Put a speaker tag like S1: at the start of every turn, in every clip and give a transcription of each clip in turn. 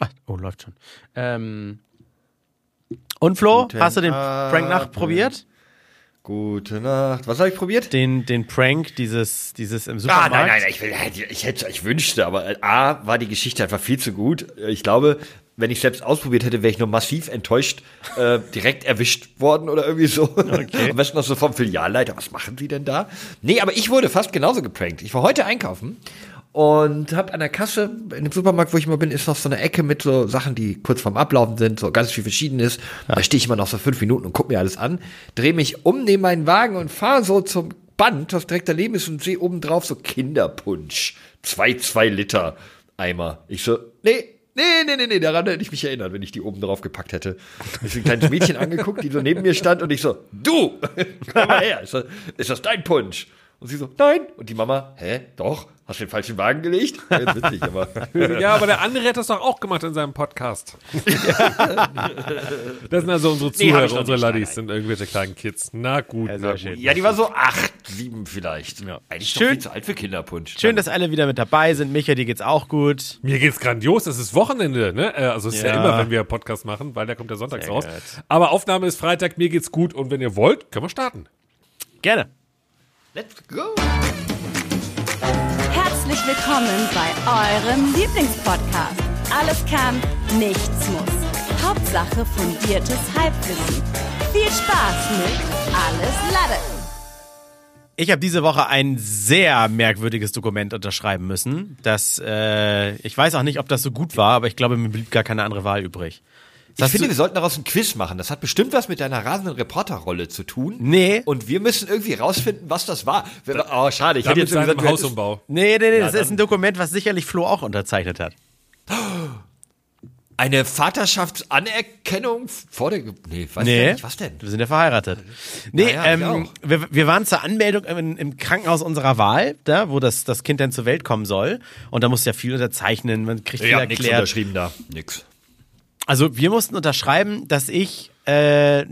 S1: Ach, oh, läuft schon. Ähm, und Flo,
S2: Guten
S1: hast du den
S2: Abend.
S1: Prank nachprobiert?
S2: Gute Nacht. Was habe ich probiert?
S1: Den, den Prank, dieses, dieses im
S2: Ah,
S1: Supermarkt?
S2: nein, nein, nein, ich, will, äh, ich, hätte, ich wünschte, aber äh, A, war die Geschichte einfach viel zu gut. Äh, Ich glaube, wenn ich selbst ausprobiert hätte, wäre ich nur massiv enttäuscht, äh, direkt erwischt worden oder irgendwie so. Am besten noch so vom Filialleiter, was machen Sie denn da? Nee, aber ich wurde fast genauso geprankt. Ich war heute einkaufen und habe an der Kasse, in dem Supermarkt, wo ich immer bin, ist noch so eine Ecke mit so Sachen, die kurz vorm Ablaufen sind, so ganz viel Verschiedenes. Da stehe ich immer noch so fünf Minuten und gucke mir alles an, drehe mich um, nehme meinen Wagen und fahre so zum Band, was direkt daneben ist und sehe obendrauf so Kinderpunsch. Zwei, zwei Liter Eimer. Ich so, nee, nee, nee, nee, nee, daran hätte ich mich erinnert, wenn ich die oben drauf gepackt hätte. Ich so ein kleines Mädchen angeguckt, die so neben mir stand und ich so, du, komm mal her, ist das, ist das dein Punsch? Und sie so, nein. Und die Mama, hä, doch, hast du den falschen Wagen gelegt? Ja, Jetzt witzig, aber
S3: Ja, aber der andere hat das doch auch gemacht in seinem Podcast. das sind also unsere
S2: Nee, hab
S3: Zuhörer,
S2: ich noch
S3: unsere
S2: nicht. Also-
S3: Laddies sind irgendwelche kleinen Kids. Na gut,
S1: Ja, sehr
S3: na gut.
S1: schön.
S2: ja, die war so acht, sieben vielleicht.
S3: Ja.
S2: Eigentlich
S1: Schön.
S2: Doch viel zu alt für Kinderpunsch.
S1: Schön, dass alle wieder mit dabei sind. Micha, dir geht's auch gut.
S3: Mir geht's grandios, es ist Wochenende, ne? Äh, Also es ist ja.
S1: Ja.
S3: immer, wenn wir Podcast machen, weil da kommt der sonntags
S1: Sehr
S3: raus.
S1: gut.
S3: Aber Aufnahme ist Freitag, mir geht's gut und wenn ihr wollt, können wir starten.
S1: Gerne.
S2: Let's go.
S4: Herzlich willkommen bei eurem Lieblingspodcast. Alles kann, nichts muss. Hauptsache fundiertes Halbwissen. Viel Spaß mit Alles Lade.
S1: Ich habe diese Woche ein sehr merkwürdiges Dokument unterschreiben müssen. Das, äh, ich weiß auch nicht, ob das so gut war, aber ich glaube, mir blieb gar keine andere Wahl übrig.
S2: Ich
S1: Hast
S2: finde,
S1: du-
S2: wir sollten daraus ein Quiz machen. Das hat bestimmt was mit deiner rasenden Reporterrolle zu tun.
S1: Nee.
S2: Und wir müssen irgendwie rausfinden, was das war. Wir- Oh, schade. Ich hätte
S3: Dann mit
S2: jetzt schon
S3: seinem
S2: gesagt, du hättest-
S3: Hausumbau.
S1: Nee, nee, nee, das ist ein Dokument, was sicherlich Flo auch unterzeichnet hat.
S2: eine Vaterschaftsanerkennung vor der... Ge nee, weiß ich gar nicht. Was denn?
S1: Wir sind ja verheiratet. Nee,
S2: ja, ich
S1: ähm,
S2: auch.
S1: wir, wir waren zur Anmeldung im, im Krankenhaus unserer Wahl, da, wo das, das Kind dann zur Welt kommen soll. Und da musst du ja viel unterzeichnen, man kriegt viel
S2: hab nix
S1: erklärt.
S2: da. Nix.
S1: Also wir mussten unterschreiben, dass ich äh,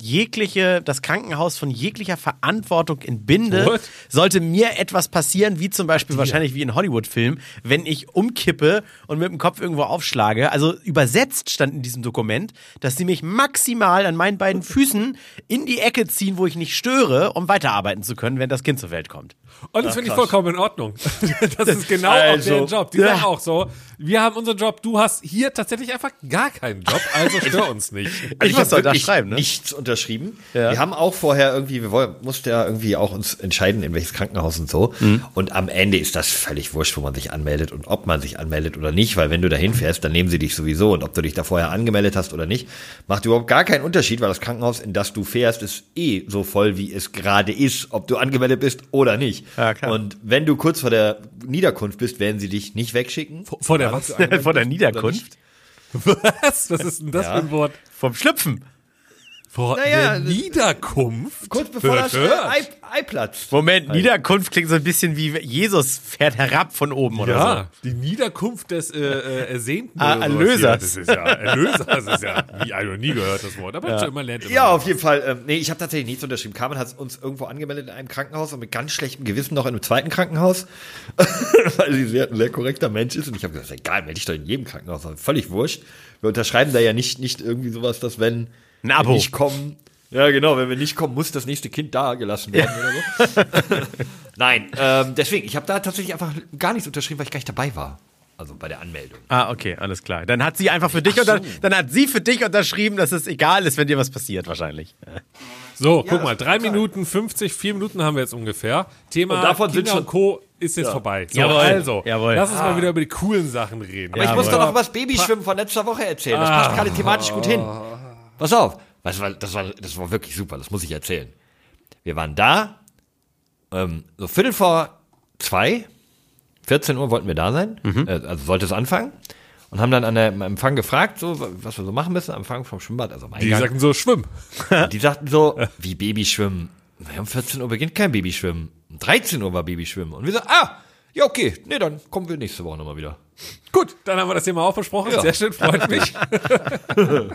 S1: jegliche, das Krankenhaus von jeglicher Verantwortung entbinde.
S3: What?
S1: Sollte mir etwas passieren, wie zum Beispiel wahrscheinlich wie in Hollywood-Filmen, wenn ich umkippe und mit dem Kopf irgendwo aufschlage. Also übersetzt stand in diesem Dokument, dass sie mich maximal an meinen beiden Füßen in die Ecke ziehen, wo ich nicht störe, um weiterarbeiten zu können, wenn das Kind zur Welt kommt.
S3: Und das finde ich vollkommen in Ordnung. Das ist genau
S2: Also,
S3: auch deren Job. Die
S1: ja.
S3: sagen auch so, wir haben unseren Job, du hast hier tatsächlich einfach gar keinen Job, also stör uns nicht.
S1: Ich
S2: Also ich
S1: muss
S2: habe
S1: da
S2: wirklich
S1: schreiben, ne?
S2: nichts unterschrieben. Wir haben auch vorher irgendwie, wir woll- mussten ja irgendwie auch uns entscheiden, in welches Krankenhaus und so.
S1: Mhm.
S2: Und am Ende ist das völlig wurscht, wo man sich anmeldet und ob man sich anmeldet oder nicht, weil wenn du da hinfährst, dann nehmen sie dich sowieso. Und ob du dich da vorher angemeldet hast oder nicht, macht überhaupt gar keinen Unterschied, weil das Krankenhaus, in das du fährst, ist eh so voll, wie es gerade ist, ob du angemeldet bist oder nicht.
S1: Ja, klar.
S2: Und wenn du kurz vor der Niederkunft bist, werden sie dich nicht wegschicken.
S3: Vor der was?
S1: Von der Niederkunft,
S3: Was? Was ist denn das
S2: Ja.
S3: für ein Wort?
S1: vom Schlüpfen.
S3: Vor
S2: Naja,
S3: der
S2: das-
S3: Niederkunft?
S2: Kurz bevor das äh,
S3: Hört.
S2: Ei, Ei platzt.
S1: Moment, Niederkunft klingt so ein bisschen wie Jesus fährt herab von oben oder so.
S3: Ja, die Niederkunft des äh, äh, Ersehnten.
S1: Ah,
S3: oder sowas
S1: Erlösers.
S3: hier. Das ist ja Erlösers. Das ist ja nie, also nie gehört das Wort. Aber schon, man lernt immer.
S2: Ja, auf jeden Fall. Ähm, nee, ich habe tatsächlich nichts unterschrieben. Carmen hat uns irgendwo angemeldet in einem Krankenhaus und mit ganz schlechtem Gewissen noch in einem zweiten Krankenhaus, weil sie sehr, ein sehr korrekter Mensch ist. Und ich habe gesagt, egal, melde ich doch in jedem Krankenhaus. an. Völlig wurscht. Wir unterschreiben da ja nicht, nicht irgendwie sowas, dass wenn
S1: Ein Abo.
S2: wir nicht kommen. Ja, genau, wenn wir nicht kommen, muss das nächste Kind da gelassen werden oder so. Nein, ähm, deswegen, ich habe da tatsächlich einfach gar nichts unterschrieben, weil ich gar nicht dabei war. Also bei der Anmeldung.
S1: Ah, okay, alles klar. Dann hat sie einfach für dich unter, dann hat sie für dich unterschrieben, dass es egal ist, wenn dir was passiert, wahrscheinlich.
S3: So, guck
S2: das
S3: mal,
S2: ist
S3: drei
S2: total.
S3: Minuten 50, vier Minuten haben wir jetzt ungefähr. Thema
S2: Und davon sind
S3: Kinder
S2: schon-
S3: und Co. ist jetzt vorbei. So,
S1: Jawohl.
S3: Also,
S1: Jawohl.
S3: lass uns mal wieder über die coolen Sachen reden.
S2: Ah. Aber Ah. ich muss
S1: Jawohl.
S2: doch noch über das Babyschwimmen von letzter Woche erzählen. Das passt gerade thematisch gut hin. Pass auf. Das war, das, war, das war wirklich super, das muss ich erzählen. Wir waren da, ähm, so Viertel vor zwei, 14 Uhr wollten wir da sein, äh, also sollte es anfangen. Und haben dann an der, am Empfang gefragt, so, was wir so machen müssen, am Empfang vom Schwimmbad, also am
S3: die
S2: Eingang.
S3: sagten so, schwimmen.
S2: Und die sagten so, wie Babyschwimmen. Ja, Um 14 Uhr beginnt kein Babyschwimmen. Um 13 Uhr war Babyschwimmen. Und wir so, ah, ja okay, nee, dann kommen wir nächste Woche nochmal wieder.
S3: Gut, dann haben wir das Thema auch besprochen. Sehr schön, freut mich.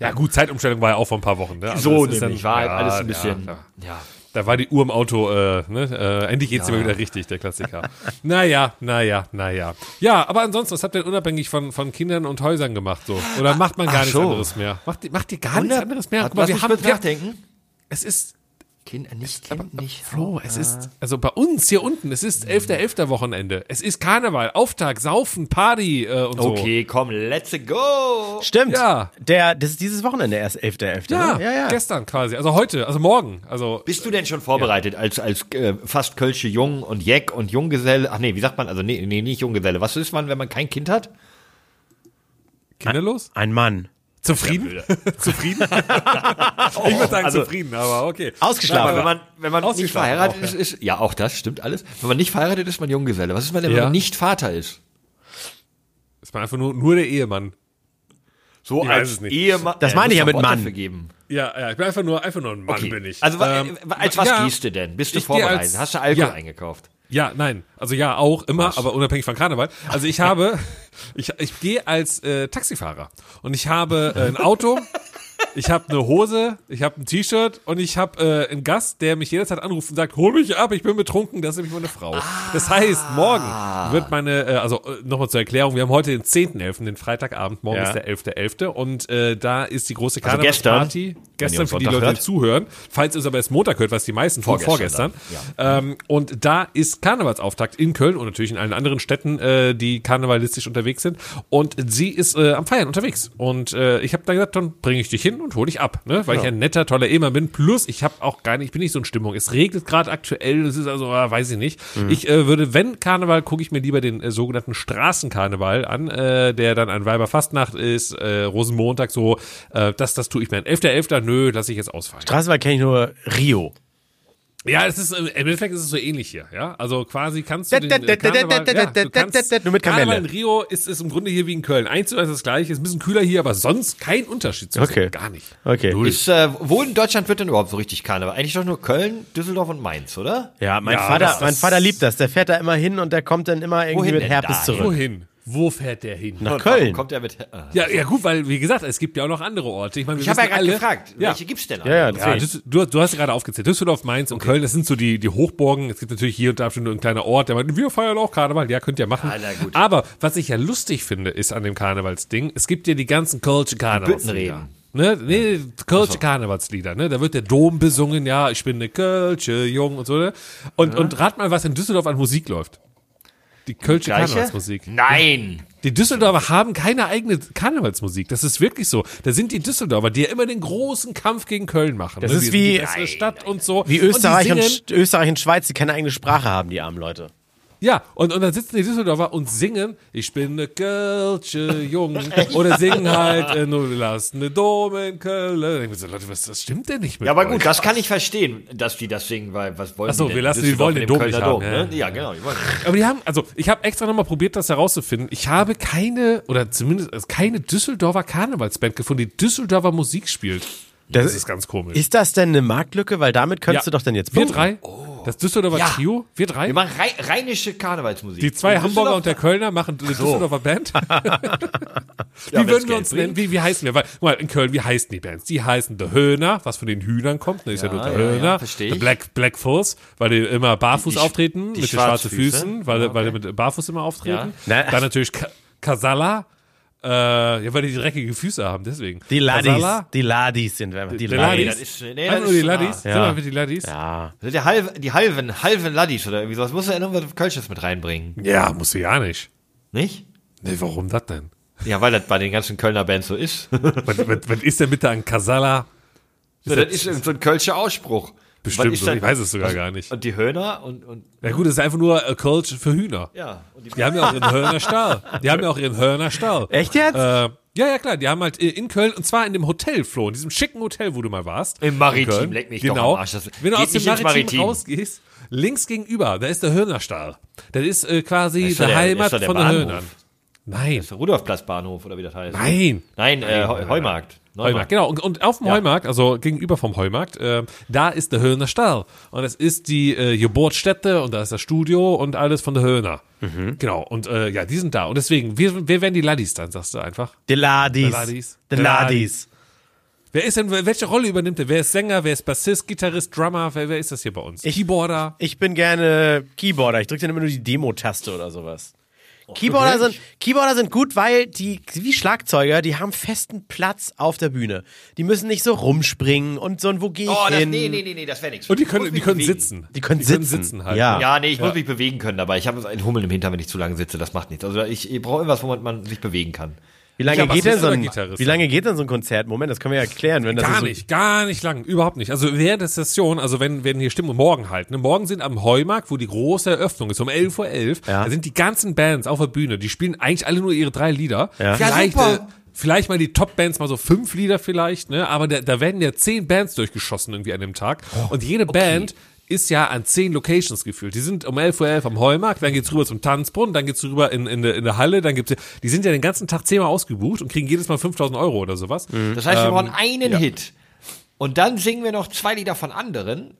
S3: ja, gut, Zeitumstellung war ja auch vor ein paar Wochen. Ne? Also
S2: So
S3: das ist
S2: nämlich,
S3: dann-
S2: war halt
S3: ja,
S2: alles ein
S3: ja.
S2: bisschen. Ja,
S3: Da war die Uhr im Auto, äh, ne? äh, endlich geht's immer wieder richtig, der Klassiker. naja, naja, naja. Ja, aber ansonsten, was habt ihr denn unabhängig von, von Kindern und Häusern gemacht so? Oder macht man gar
S2: Ach
S3: nichts
S2: so.
S3: anderes mehr? Macht, ihr- macht ihr gar nichts
S2: Wunder-
S3: anderes mehr?
S2: Hat-
S3: Guck mal,
S2: lass
S3: wir
S2: mich
S3: haben, äh,
S2: kurz
S3: wir,
S2: nachdenken.
S3: es ist
S2: Kind, nicht, Kind, nicht.
S3: Flo, es ist, also bei uns hier unten, es ist
S2: Mhm.
S3: 11.11. Wochenende. Es ist Karneval, Auftakt, Saufen, Party äh, und so.
S2: Okay, komm, let's go.
S1: Stimmt.
S3: Ja.
S1: Der, das ist dieses Wochenende erst 11.11.
S3: Ja,
S1: ne? ja, ja.
S3: gestern quasi, also heute, also morgen. Also
S2: Bist du denn schon vorbereitet als, als äh, fast kölsche Jung und Jeck und Junggeselle? Ach nee, wie sagt man? Also nee, nee, nicht Junggeselle. Was ist man, wenn man kein Kind hat?
S3: kinderlos?
S1: Ein Mann.
S3: Zufrieden? zufrieden? ich würde sagen
S2: also-
S3: zufrieden, aber okay.
S1: Ausgeschlafen.
S2: wenn man, wenn man nicht
S3: Ausgeschlafen
S2: verheiratet
S3: auch, ja.
S2: ist, ist, ja, auch das stimmt alles. Wenn man nicht verheiratet ist, ist man Junggeselle. Was ist man denn, wenn
S3: Ja.
S2: man nicht Vater ist?
S3: Ist man einfach nur, nur der Ehemann.
S2: So
S3: Ich weiß
S2: als
S3: es nicht.
S2: Ehemann.
S1: Das
S2: Äh,
S1: meine ich
S2: muss
S1: ja mit
S2: man Wort
S1: Mann.
S2: dafür Geben.
S3: Ja, ja, ich bin einfach nur, einfach nur ein Mann
S2: Okay.
S3: bin ich.
S2: Also wa-
S3: Ähm,
S2: äh, als was
S3: ja,
S2: gehst du denn? Bist du
S3: ich gehe als-
S2: vorbereitet? Hast du Alkohol
S3: ja.
S2: eingekauft?
S3: Ja, nein. Also ja, auch immer, aber unabhängig von Karneval. Also ich habe, ich, ich gehe als äh, Taxifahrer und ich habe äh, ein Auto, ich habe eine Hose, ich habe ein T-Shirt und ich habe äh, einen Gast, der mich jederzeit anruft und sagt, hol mich ab, ich bin betrunken, das ist nämlich meine Frau.
S2: Ah.
S3: Das heißt, morgen wird meine, äh, also äh, nochmal zur Erklärung, wir haben heute den 10.11., den Freitagabend, morgen
S2: Ja.
S3: ist der 11.11. und äh, da ist die große
S2: Also gestern,
S3: Karnevalsparty.
S2: wenn ihr
S3: gestern
S2: am
S3: für die
S2: Sonntag
S3: Leute, die
S2: hört.
S3: zuhören, falls ihr es aber erst Montag hört, was die meisten tun, vorgestern.
S2: Vorgestern
S3: Ähm, und da ist Karnevalsauftakt in Köln und natürlich in allen anderen Städten, äh, die karnevalistisch unterwegs sind. Und sie ist äh, am Feiern unterwegs. Und äh, ich habe dann gesagt, dann bringe ich dich hin und hole dich ab, ne? weil ich ein netter, toller Ehemann bin. Plus, ich habe auch gar nicht, ich bin nicht so in Stimmung. Es regnet gerade aktuell, es ist also, äh, weiß ich nicht. Ich äh, würde, wenn Karneval, gucke ich mir lieber den äh, sogenannten Straßenkarneval an, äh, der dann an Weiberfastnacht ist, äh, Rosenmontag so. Äh, das, das tue ich mir an. 11.11. Nö, lasse ich jetzt ausfallen.
S1: Straßenwahl kenne ich nur Rio.
S3: Ja, es ist, äh, im Endeffekt ist es so ähnlich hier, ja. Also quasi kannst du
S1: Da,
S3: den
S1: da, da,
S3: äh, Karneval,
S1: da, da,
S3: ja,
S1: da,
S3: du
S1: da,
S3: kannst,
S1: da, da, nur mit Kamelle.
S3: Karneval in Rio ist es im Grunde hier wie in Köln. Eins zu eins das gleiche, ist ein bisschen kühler hier, aber sonst kein Unterschied zu
S1: Okay.
S3: sehen. Gar nicht.
S1: Okay.
S2: Ist, äh, wo in Deutschland wird denn überhaupt so richtig Karneval? Eigentlich doch nur Köln, Düsseldorf und Mainz, oder?
S1: Ja, mein,
S3: Ja,
S1: Vater,
S3: das-
S1: mein Vater liebt das. Der fährt da immer hin und der kommt dann immer irgendwie
S2: Wohin
S1: mit
S2: denn
S1: Herpes
S2: da?
S1: zurück.
S3: Wohin? Wo fährt der hin?
S1: Nach
S2: Und warum
S1: Köln.
S2: Kommt er mit. Äh,
S3: Ja, ja gut, weil wie gesagt, es gibt ja auch noch andere Orte. Ich meine, wir
S2: ich habe ja
S3: wissen
S2: gerade
S3: alle-
S2: gefragt,
S3: Ja.
S2: welche gibt's denn?
S1: Ja, ja,
S3: Ja,
S1: deswegen.
S3: Düssel- du, du hast gerade aufgezählt. Düsseldorf, Mainz und Köln, das sind so die, die Hochburgen. Es gibt natürlich hier und da schon nur ein kleiner Ort, der meint, wir feiern auch Karneval. Ja, könnt ihr machen.
S2: Ah, na gut.
S3: Aber was ich ja lustig finde, ist an dem Karnevalsding, es gibt ja die ganzen Kölsche Karnevalslieder.
S2: Büttenreden.
S3: Ne, nee, Kölsche Karnevalslieder, ne? Da wird der Dom besungen, ja, ich bin eine Kölsche Jung und so. Ne? Und, und rat mal, was in Düsseldorf an Musik läuft. Die Kölsche
S2: Gleiche?
S3: Karnevalsmusik.
S2: Nein!
S3: Die Düsseldorfer haben keine eigene Karnevalsmusik. Das ist wirklich so. Da sind die Düsseldorfer, die ja immer den großen Kampf gegen Köln machen.
S1: Das
S3: ne?
S1: ist
S3: Wir
S1: wie-
S3: sind die bessere Stadt und so.
S1: Wie
S3: Und die
S1: Österreich und,
S3: singen-
S1: Sch- Österreich und Schweiz, die keine eigene Sprache haben, die armen Leute.
S3: ja, und, und dann sitzen die Düsseldorfer und singen, ich bin ne Kölsche Jung. Oder singen halt, äh, nur lass ne Dome in Köln. Und Ich bin so, Leute, was, das stimmt denn nicht mit
S2: Ja, aber
S3: euch?
S2: gut, das kann ich verstehen, dass die das singen, weil was wollen
S3: Ach so,
S2: die denn?
S3: wir lassen- die
S2: Düsseldorf
S3: wollen
S2: mit
S3: den
S2: dem
S3: Dom nicht
S2: Kölner
S3: haben,
S2: Dom,
S3: ja,
S2: ne? Ja, genau. Die wollen den.
S3: Aber die haben, also ich habe extra nochmal probiert, das herauszufinden. Ich habe keine, oder zumindest also keine Düsseldorfer Karnevalsband gefunden, die Düsseldorfer Musik spielt. Das, ist ganz komisch.
S1: Ist das denn eine Marktlücke? Weil damit könntest du doch dann jetzt
S3: Wir
S1: punkten.
S3: drei? Das Düsseldorfer
S2: Oh. Ja.
S3: Trio? Wir drei?
S2: Wir machen rei rheinische Karnevalsmusik.
S3: die zwei
S2: In
S3: Hamburger und der
S2: Düsseldorf-
S3: Kölner machen die Düsseldorfer Band.
S2: wenn's
S3: wie würden wir
S2: Geld
S3: uns
S2: bringt.
S3: nennen? Wie, wie heißen wir? Weil, guck mal, in Köln, wie heißen die Bands? Die heißen The Höhner, was von den Hühnern kommt. Ne, ist ja, nur The
S2: ja,
S3: Höhner.
S2: ja, versteh
S3: The
S2: ich.
S3: Black, Black Fuss, weil die immer barfuß
S2: Die- die-
S3: auftreten,
S2: die
S3: mit den schwarzen
S2: schwarzen Füße.
S3: Füßen, weil, weil die mit barfuß immer auftreten.
S1: Na-
S3: Dann natürlich Ka- Casala, äh, ja, weil die dreckige Füße haben, deswegen.
S1: Die Ladis.
S3: Casala,
S1: Die Ladis sind wir. Die
S3: Die
S1: Ladis.
S2: Nee,
S3: Ladis.
S2: das ist, nee,
S3: Einfach
S2: das
S3: nur die
S2: ist,
S3: Ladis.
S1: Ja.
S3: Sind wir mit die Ladis?
S1: Ja.
S2: Ah, die, halben, die halben, halben Laddies oder irgendwie sowas. Muss ja irgendwas Kölsches mit reinbringen.
S3: ja, musst du ja nicht.
S2: Nicht?
S3: Nee, warum das denn?
S2: Ja, weil das bei den ganzen Kölner Bands so ist.
S3: was, was, was ist denn bitte an Casala?
S2: das, ist irgend so ein Kölscher Ausspruch.
S3: Bestimmt,
S2: Was ist
S3: so,
S2: das?
S3: ich weiß es sogar gar nicht.
S2: Und die Höhner und, und
S3: Ja gut, das ist einfach nur äh, Kölsch für Hühner.
S2: ja. Und die
S3: Die haben ja auch ihren Hörnerstall. Die haben ja auch ihren Hörnerstall.
S1: Echt jetzt?
S3: Äh, ja, ja, klar. Die haben halt äh, in Köln, und zwar in dem Hotel, Flo, in diesem schicken Hotel, wo du mal warst.
S2: Im Maritim,
S3: In Köln.
S2: leck mich doch
S3: genau.
S2: am Arsch, das
S3: Wenn du
S2: geht
S3: aus dem
S2: nicht ins
S3: Maritim,
S2: Maritim.
S3: rausgehst, links gegenüber, da ist der Hörnerstall. Das ist äh, quasi
S2: Ist doch
S3: eine
S2: der-
S3: Heimat
S2: ist doch der
S3: von den
S2: Bahnhof.
S3: Hörnern. Nein.
S2: Rudolfplatzbahnhof oder wie das heißt.
S3: Nein.
S2: Nein, äh, Heu- Heumarkt.
S3: Heumarkt, genau. Und, und auf dem Heumarkt, also gegenüber vom Heumarkt, äh, da ist der Höhner Stall. Und das ist die äh, Geburtsstätte und da ist das Studio und alles von der Höhner. Genau. Und äh, ja, die sind da. Und deswegen, wir, wir werden die Laddies dann, sagst du einfach.
S1: Die Ladis.
S3: Die Ladis.
S1: Die
S3: Die
S1: Ladis.
S3: Wer ist denn, welche Rolle übernimmt er? Wer ist Sänger, wer ist Bassist, Gitarrist, Drummer? Wer, wer ist das hier bei uns?
S1: Ich-
S3: Keyboarder?
S1: Ich bin gerne Keyboarder. Ich drücke dann immer nur die Demo-Taste oder sowas.
S3: Oh,
S1: Keyboarder sind, Keyboarder sind gut, weil die, wie Schlagzeuger, die haben festen Platz auf der Bühne. Die müssen nicht so rumspringen und so ein, wo gehe ich
S2: Oh, das,
S1: hin?
S2: nee, nee, nee, nee, das wäre nichts.
S3: Und die
S2: Ich muss
S3: können,
S2: mich
S3: Oh, die können
S2: bewegen.
S3: sitzen.
S1: Die können sitzen,
S3: halt.
S1: ja.
S2: Ja, nee, ich muss mich bewegen können dabei. Ich habe einen Hummel im Hintern, wenn ich zu lange sitze. Das macht nichts. Also ich, ich brauche irgendwas, womit man sich bewegen kann.
S1: Wie lange,
S3: Ja,
S1: geht
S3: Bassist
S1: denn so
S3: oder
S1: ein,
S3: Gitarrist?
S1: wie lange geht denn so ein Konzert? Moment, das können wir ja klären. Wenn das
S3: Gar
S1: so,
S3: nicht, gar nicht lang, überhaupt nicht. Also während der Session, also wenn, wenn hier Stimmen morgen halt, ne, morgen sind am Heumarkt, wo die große Eröffnung ist, um 11.11 Uhr,
S1: Ja.
S3: da sind die ganzen Bands auf der Bühne, die spielen eigentlich alle nur ihre drei Lieder.
S1: Ja. Ja,
S3: Vielleicht,
S2: super.
S3: äh, vielleicht mal die Top-Bands, mal so fünf Lieder vielleicht, ne, aber da, da werden ja zehn Bands durchgeschossen irgendwie an dem Tag.
S1: Oh,
S3: Und jede Band ist ja an zehn Locations gefühlt. Die sind um 11.11 Uhr am Heumarkt, dann geht's rüber zum Tanzbrunnen, dann geht's rüber in, in, der, in der Halle, dann gibt's, die sind ja den ganzen Tag zehnmal ausgebucht und kriegen jedes Mal 5000 Euro oder sowas.
S1: Mhm.
S2: Das heißt, wir
S3: Ähm,
S2: brauchen einen Hit. Und dann singen wir noch zwei Lieder von anderen,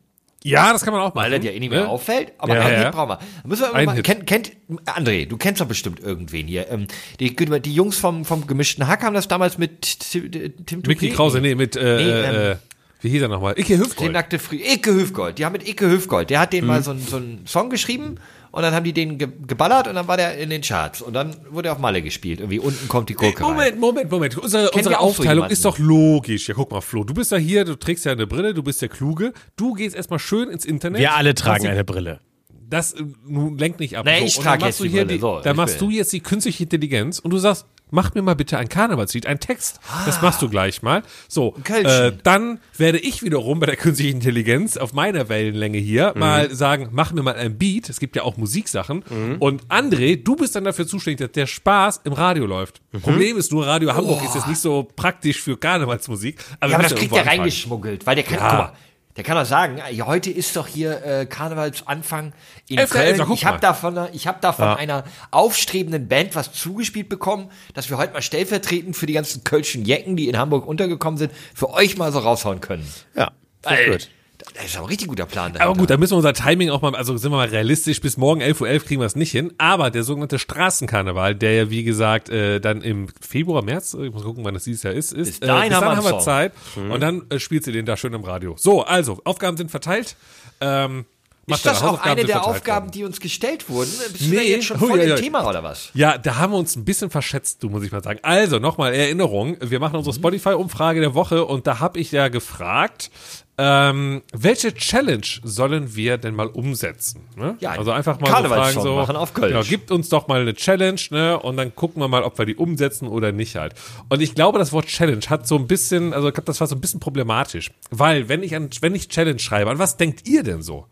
S3: Ja, das kann man auch machen.
S2: weil das ja eh nicht mehr
S3: ne?
S2: auffällt. Aber
S3: Ja,
S2: einen
S3: ja.
S2: Hit brauchen wir. Da Müssen wir
S3: Ein
S2: mal,
S3: Hit.
S2: kennt, kennt, André, du kennst doch bestimmt irgendwen hier. Ähm, die, die Jungs vom, vom gemischten Hack haben das damals mit Tim Tim
S3: Mickey
S2: Touré-
S3: Krause, nee, mit, äh,
S2: Nee, ähm,
S3: äh, wie hieß er nochmal? Icke Hüftgold.
S2: Klimakte Früh. Icke Hüfgold. Die haben mit Icke Hüfgold. Der hat denen mal so einen, so einen Song geschrieben und dann haben die den ge geballert und dann war der in den Charts. Und dann wurde er auf Malle gespielt. Irgendwie unten kommt die Gurke rein.
S3: Moment, Moment, Moment. Unsere, unsere
S2: ihr auch so
S3: Aufteilung
S2: jemanden?
S3: ist doch logisch. Ja, guck mal, Flo, du bist ja hier, du trägst ja eine Brille, du bist der Kluge. Du gehst erstmal schön ins Internet.
S1: Wir alle tragen
S3: Hast
S1: eine Brille.
S3: du- Das äh, nun lenkt nicht ab.
S2: Nee, ich
S3: und
S2: trage
S3: dann
S2: jetzt
S3: machst du
S2: die
S3: hier
S2: Brille. So,
S3: Dann
S2: ich
S3: machst
S2: will.
S3: du jetzt die künstliche Intelligenz und du sagst, mach mir mal bitte ein Karnevalslied, einen Text.
S2: Ah.
S3: Das machst du gleich mal. So, äh,
S2: Kölschen.
S3: dann werde ich wiederum bei der künstlichen Intelligenz auf meiner Wellenlänge hier
S2: Mhm.
S3: mal sagen, mach mir mal ein Beat. Es gibt ja auch Musiksachen.
S2: Mhm.
S3: Und André, du bist dann dafür zuständig, dass der Spaß im Radio läuft.
S2: Mhm.
S3: Problem ist nur, Radio Hamburg ist jetzt nicht so praktisch für Karnevalsmusik. Aber,
S2: Ja, aber
S3: wir
S2: das
S3: müssen
S2: kriegt
S3: irgendwo
S2: er
S3: anfangen.
S2: reingeschmuggelt, weil der kann, guck mal, der kann doch sagen, ja, heute ist doch hier äh, Karnevalsanfang in
S3: Elfter,
S2: Köln.
S3: Elfter, guck
S2: ich habe
S3: mal.
S2: da von, einer- ich hab da von einer aufstrebenden Band was zugespielt bekommen, dass wir heute mal stellvertretend für die ganzen kölschen Jecken, die in Hamburg untergekommen sind, für euch mal so raushauen können.
S1: Ja, voll
S2: Ey,
S1: gut.
S2: Das ist aber ein richtig guter Plan.
S3: Aber
S2: dahinter.
S3: gut, da müssen wir unser Timing auch mal, also sind wir mal realistisch, bis morgen 11.11 Uhr kriegen wir es nicht hin. Aber der sogenannte Straßenkarneval, der ja wie gesagt äh, dann im Februar, März, äh, ich muss gucken, wann das dieses Jahr ist, ist.
S2: Bis
S3: äh,
S2: dahin
S3: bis
S2: haben wir
S3: dann
S2: einen
S3: haben wir
S2: Song.
S3: Zeit
S2: Mhm.
S3: und dann äh, spielst du den da schön im Radio. So, also, Aufgaben sind verteilt. Ähm, macht
S2: Ist das
S3: deine
S2: auch
S3: Hausaufgaben,
S2: eine
S3: sind
S2: der
S3: verteilt
S2: Aufgaben,
S3: worden.
S2: die uns gestellt wurden? Bist du
S3: Nee.
S2: da jetzt schon
S3: Oh,
S2: voll
S3: ja, ja.
S2: im Thema oder was?
S3: Ja, da haben wir uns ein bisschen verschätzt, du muss ich mal sagen. Also, nochmal Erinnerung. Wir machen
S2: Mhm.
S3: unsere Spotify-Umfrage der Woche und da habe ich ja gefragt, ähm, welche Challenge sollen wir denn mal umsetzen? Ne?
S2: Ja,
S3: also einfach mal so
S2: Karnevalssong
S3: fragen, so,
S2: machen auf Kölsch.
S3: Genau, gibt uns doch mal eine Challenge, ne? Und dann gucken wir mal, ob wir die umsetzen oder nicht halt. Und ich glaube, das Wort Challenge hat so ein bisschen, also ich glaube, das war so ein bisschen problematisch. Weil, wenn ich an, wenn ich Challenge schreibe, an was denkt ihr denn so?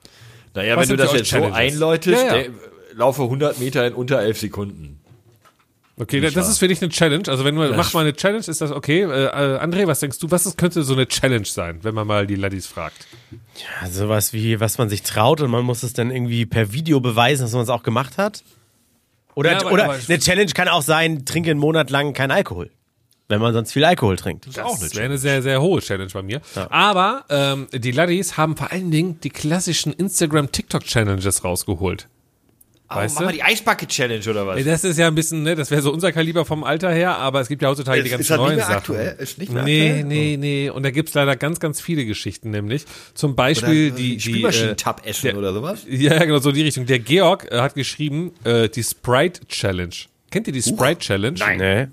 S2: Naja,
S3: Was sind für euch Challenges? Ja, ja.
S2: der- laufe 100 Meter in unter 11 Sekunden.
S3: Okay, das ist für dich eine Challenge. Also wenn man macht mal eine Challenge, ist das okay. Äh, äh, André, was denkst du, was ist, könnte so eine Challenge sein, wenn man mal die Ladies fragt?
S1: Ja, Also sowas wie, was man sich traut und man muss es dann irgendwie per Video beweisen, dass man es auch gemacht hat. Oder,
S3: Ja, aber-
S1: oder
S3: aber-
S1: eine Challenge kann auch sein, trinke einen Monat lang keinen Alkohol. Wenn man sonst viel Alkohol trinkt.
S3: Das wäre eine sehr, sehr hohe Challenge bei mir. Aber ähm, die Ladies haben vor allen Dingen die klassischen Instagram-TikTok-Challenges rausgeholt.
S2: Aber
S3: Weißt
S2: mach mal
S3: du?
S2: die Eisbacke-Challenge oder was?
S3: Ey, Das ist ja ein bisschen, ne, das wäre so unser Kaliber vom Alter her, aber es gibt ja heutzutage die
S2: Ist-
S3: ganzen
S2: ist das nicht
S3: neuen
S2: mehr
S3: Sachen.
S2: aktuell? Ist nicht mehr
S3: nee,
S2: aktuell? Oh.
S3: nee, nee. Und da gibt's leider ganz, ganz viele Geschichten, nämlich zum Beispiel die, die äh,
S2: Spülmaschinentab essen oder sowas?
S3: Ja, ja, genau, so in die Richtung. Der Georg äh, hat geschrieben, äh, die Sprite Challenge. Kennt ihr die Sprite Challenge?
S2: Nein.
S1: Nee.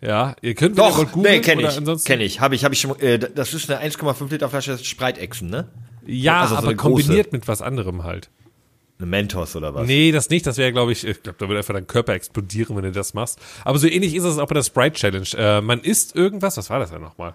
S3: Ja, ihr könnt wenn ihr wollt,
S2: Doch,
S3: googeln
S2: nee, kenn
S3: oder
S2: ich.
S3: ansonsten-
S2: Kenn ich. Habe ich, habe ich schon, äh, das ist eine 1,5 Liter Flasche Spreitechsen, ne?
S3: Ja,
S2: Also so
S3: aber
S2: eine große.
S3: kombiniert mit was anderem halt.
S2: Eine Mentos oder was?
S3: Nee, das nicht. Das wäre, glaube ich, ich glaube, da würde einfach dein Körper explodieren, wenn du das machst. Aber so ähnlich ist es auch bei der Sprite Challenge. Äh, man isst irgendwas, was war das denn nochmal?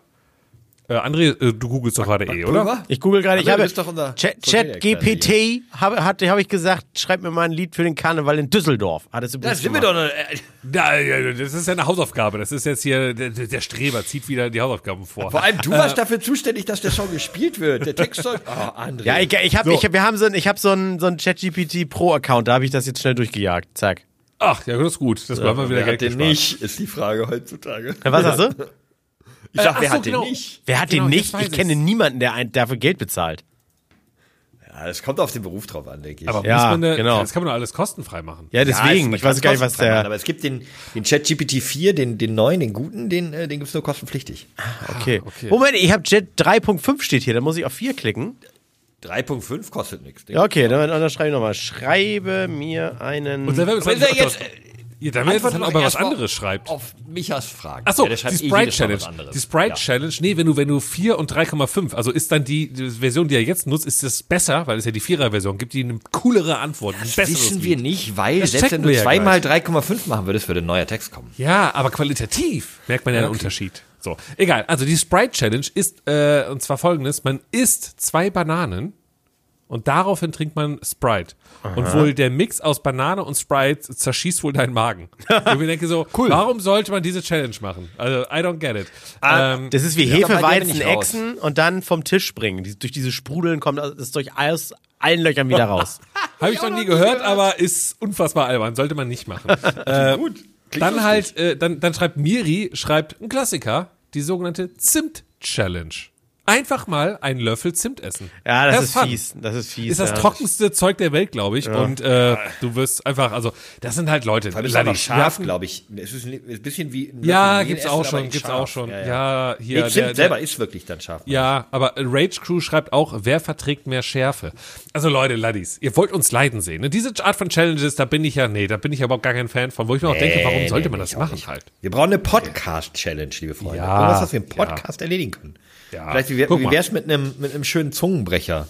S3: Äh, André, äh, du googelst doch gerade eh, oder?
S2: Pulver?
S1: Ich google gerade, ich
S2: Aber
S1: habe
S2: du bist doch unser
S1: Chat,
S2: Social
S1: Chat
S2: Media Experte
S1: GPT habe hab, hab ich gesagt, schreib mir mal ein Lied für den Karneval in Düsseldorf. Ah, das
S2: Da sind wir doch. Eine, äh,
S3: Ja, ja, das ist ja eine Hausaufgabe. Das ist jetzt hier, der, der Streber zieht wieder die Hausaufgaben vor.
S2: vor allem, du warst dafür zuständig, dass der Song gespielt wird. Der Text soll. Oh,
S3: Ah,
S2: André.
S1: Ja, ich, ich hab,
S3: So.
S1: ich, wir haben so ein, ich habe so einen so ein ChatGPT Pro Account, da habe ich das jetzt schnell durchgejagt. Zack.
S3: Ach, ja, das ist gut. Das bleiben wir
S2: Wer
S3: wieder
S2: hat
S3: Geld
S2: den
S3: gespart.
S2: nicht, ist die Frage heutzutage.
S1: Was hast du?
S2: Ich sag,
S3: Ach
S2: wer
S3: so,
S2: hat den
S3: genau.
S2: nicht?
S1: Wer hat
S3: Genau,
S1: den
S3: jetzt
S1: nicht?
S3: weiß
S1: Ich kenne
S3: ich's.
S1: niemanden, der ein, dafür Geld bezahlt.
S2: Ja, das kommt auf den Beruf drauf an, denke ich.
S3: Aber
S1: Ja,
S3: muss man da,
S1: genau.
S3: das kann man doch alles kostenfrei machen.
S1: Ja, deswegen.
S2: es-
S1: ich weiß gar nicht, was
S2: kostenfrei machen,
S1: der.
S2: Aber es gibt den, den ChatGPT 4, den, den neuen, den guten, den, äh, den gibt's nur kostenpflichtig.
S1: Ah, Okay. Moment, ich habe Jet 3.5 steht hier, da muss ich auf 4 klicken.
S2: 3.5 kostet nichts.
S1: Ja, okay, dann, dann schreibe ich nochmal. Schreibe mir einen.
S3: Und dann wäre
S2: Wenn er jetzt,
S3: jetzt, ja, dann wäre jetzt
S2: Antworten
S3: ob
S2: wir
S3: er was
S2: erst mal
S3: anderes schreibt.
S2: Auf Michas Fragen.
S3: Achso,
S2: Ja, der schreibt
S3: die
S2: eh
S3: Sprite
S2: jedes Mal was
S3: Challenge.
S2: anderes.
S3: Die Sprite
S2: Ja.
S3: Challenge, nee, wenn du, wenn du 4 und 3,5, also ist dann die, die Version, die er jetzt nutzt, ist das besser, weil es ja die 4er-Version gibt, die eine coolere Antwort, ein
S2: Das
S3: besseres
S2: wissen
S3: Lied.
S2: wir nicht, weil
S3: Das
S2: selbst wenn
S3: checken
S2: du
S3: wir ja
S2: zweimal 3,5 machen würdest, würde ein neuer Text kommen.
S3: Ja, aber qualitativ merkt man ja einen Unterschied. So, egal. Also die Sprite Challenge ist, äh, und zwar folgendes, man isst zwei Bananen und daraufhin trinkt man Sprite. Und wohl der Mix aus Banane und Sprite zerschießt wohl deinen Magen. und ich denke so, warum sollte man diese Challenge machen? Also, I don't get it. ähm,
S1: Ah, Das ist wie
S2: Ja, aber bei der bin
S1: Hefeweizen,
S2: ich raus.
S1: Echsen und dann vom Tisch springen. Die, durch diese Sprudeln kommt es durch alles, allen Löchern wieder raus.
S3: Habe ich noch nie gehört, aber ist unfassbar albern. Sollte man nicht machen. äh,
S2: Gut. Klingt
S3: dann
S2: lustig.
S3: halt, äh, dann, dann schreibt Miri, schreibt ein Klassiker, die sogenannte Zimt-Challenge. Einfach mal einen Löffel Zimt essen.
S1: ja, das
S3: Have
S1: ist
S3: fun.
S1: fies. Das ist fies.
S3: Ist das
S1: ja.
S3: trockenste Zeug der Welt, glaube ich. Und äh, du wirst einfach, also das sind halt Leute.
S2: Weil das ist
S3: Ladi,
S2: aber
S3: wir
S2: scharf,
S3: hatten-
S2: glaube ich. Es ist ein ein bisschen wie ein
S3: Ja,
S2: Mehl
S3: gibt's
S2: essen,
S3: auch
S2: aber
S3: schon,
S2: in
S3: gibt's
S2: scharf.
S3: auch schon. Ja, hier
S2: Nee, Zimt
S3: der- der-
S2: selber ist wirklich dann scharf.
S3: Ja, aber Rage Crew schreibt auch, wer verträgt mehr Schärfe? Also Leute, Laddies, ihr wollt uns leiden sehen. Ne? Diese Art von Challenges, da bin ich ja, nee, da bin ich ja überhaupt gar kein Fan von, wo ich mir auch denke, warum
S2: nee,
S3: sollte
S2: Äh, nee,
S3: man
S2: ich
S3: das
S2: auch
S3: machen
S2: nicht.
S3: halt?
S2: Wir brauchen eine Podcast-Challenge, liebe Freunde.
S3: Ja,
S2: Irgendwas, was wir im
S3: ja.
S2: Podcast erledigen können.
S3: Ja.
S2: Vielleicht, wie, wär-
S3: Guck
S2: wie
S3: mal.
S2: wär's mit einem, mit einem schönen Zungenbrecher?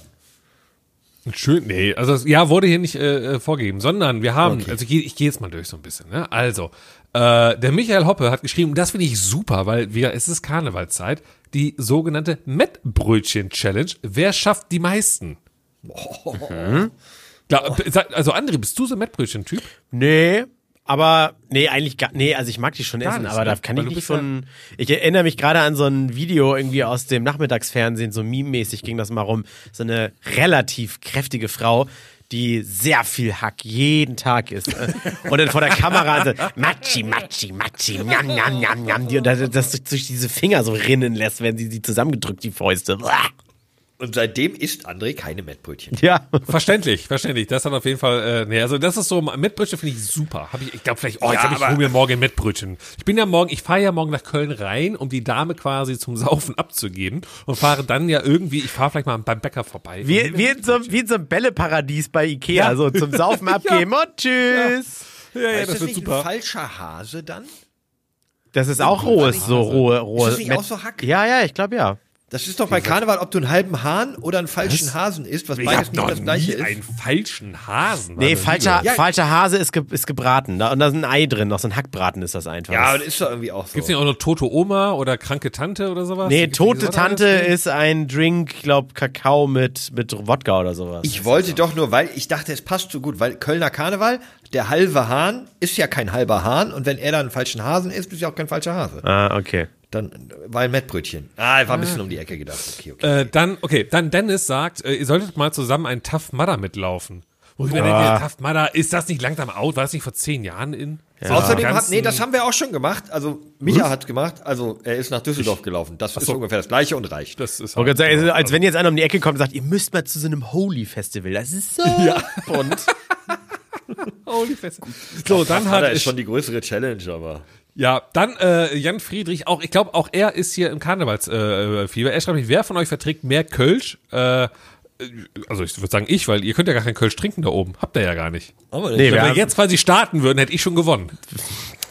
S3: Schön, nee, also das- ja, wurde hier nicht äh, äh, vorgegeben, sondern wir haben, also ich, geh- ich gehe jetzt mal durch so ein bisschen. Ne? Also, äh, der Michael Hoppe hat geschrieben, das finde ich super, weil wir, es ist Karnevalszeit, die sogenannte Mettbrötchen-Challenge. Wer schafft die meisten? Klar, b- sag- Also André, bist du so ein Mettbrötchen-Typ?
S1: Nee, aber nee, eigentlich gar nee, also ich mag die schon essen,
S3: nicht,
S1: aber da
S3: ne?
S1: kann
S3: Weil
S1: ich
S3: du
S1: nicht
S3: bist ja-
S1: von ich erinnere mich gerade an so ein Video irgendwie aus dem Nachmittagsfernsehen, so meme-mäßig ging das mal rum, so eine relativ kräftige Frau die sehr viel Hack jeden Tag isst. äh, Und dann vor der Kamera so, Matschi, Matschi, Matschi, Njam, Njam, Njam, Njam. Die, und das, das durch- durch diese Finger so rinnen lässt, wenn sie die zusammengedrückt, die Fäuste.
S2: Und seitdem isst André keine Mettbrötchen.
S1: Ja.
S3: Verständlich, verständlich. Das hat auf jeden Fall, äh, nee, also das ist so, Mettbrötchen finde ich super. Hab ich ich glaube vielleicht, oh, jetzt
S2: Ja,
S3: hab ich
S2: aber-
S3: hol mir morgen ein Mettbrötchen. Ich bin ja morgen, ich fahre ja morgen nach Köln rein, um die Dame quasi zum Saufen abzugeben und fahre dann ja irgendwie, ich fahre vielleicht mal beim Bäcker vorbei.
S1: Wie, wie, in so, einem- wie in so einem Bälleparadies bei Ikea,
S3: Ja.
S1: so zum Saufen abgeben und tschüss.
S3: ja, ja,
S2: ist
S3: das
S2: das
S3: wird
S2: nicht ein
S3: super.
S2: falscher Hase dann?
S1: Das ist auch rohes, so rohe, rohe.
S2: das nicht
S1: Met-
S2: auch so Hack?
S1: Ja, ja, ich glaube ja.
S2: Das ist doch bei Karneval, ob du einen halben Hahn oder einen falschen Hasen isst, was
S3: Ich
S2: beides
S3: hab
S2: nicht
S3: noch
S2: das gleiche
S3: nie
S2: ist.
S3: einen falschen Hasen.
S1: Nee,
S3: Mann,
S1: falscher,
S2: Ja.
S1: falscher Hase ist, ge ist gebraten. Da, und da ist ein Ei drin, noch so ein Hackbraten ist das einfach.
S2: Ja,
S1: das,
S2: das ist doch irgendwie auch so.
S3: Gibt's nicht auch noch tote Oma oder kranke Tante oder sowas?
S1: nee,
S3: Gibt's nicht
S1: tote
S3: sowas
S1: Tante
S3: alles?
S1: ist ein Drink, glaub, Kakao mit, mit Wodka oder sowas.
S2: Ich wollte doch nur, weil ich dachte, es passt so gut, weil Kölner Karneval, der halbe Hahn ist ja kein halber Hahn und wenn er dann einen falschen Hasen isst, ist ja auch kein falscher Hase.
S1: ah, okay.
S2: Dann war ein Mettbrötchen. Ah, war ein bisschen um die Ecke gedacht. Okay, okay.
S3: Äh, dann, okay, dann Dennis sagt, äh, ihr solltet mal zusammen einen Tough Mudder mitlaufen. Wo ich mir
S1: Ah.
S3: denke, Tough Mudder, ist das nicht langsam out? War das nicht vor zehn Jahren in? So
S2: Außerdem
S3: ganzen-
S2: hat, nee, das haben wir auch schon gemacht. Also
S3: Hm?
S2: Micha hat's gemacht. Also er ist nach Düsseldorf gelaufen. Das ist ungefähr das gleiche und reicht.
S3: Das ist
S1: Wollte
S3: halt,
S1: grad sagen, also, als wenn jetzt einer um die Ecke kommt und sagt, ihr müsst mal zu so einem Holy Festival. Das ist so bunt.
S2: Oh,
S3: holy fest. So, dann
S2: Vater
S3: hat
S2: ist
S3: ich,
S2: schon die größere Challenge, aber.
S3: ja, dann äh, Jan Friedrich auch, ich glaube auch er ist hier im Karnevalsfieber. Äh, Fieber. er schreibt mich, wer von euch verträgt mehr Kölsch? Äh, also ich würde sagen ich, weil ihr könnt ja gar keinen Kölsch trinken da oben. Habt ihr ja gar nicht.
S1: Nee,
S3: Wenn
S1: wir
S3: wir
S1: haben,
S3: jetzt quasi starten würden, hätte ich schon gewonnen.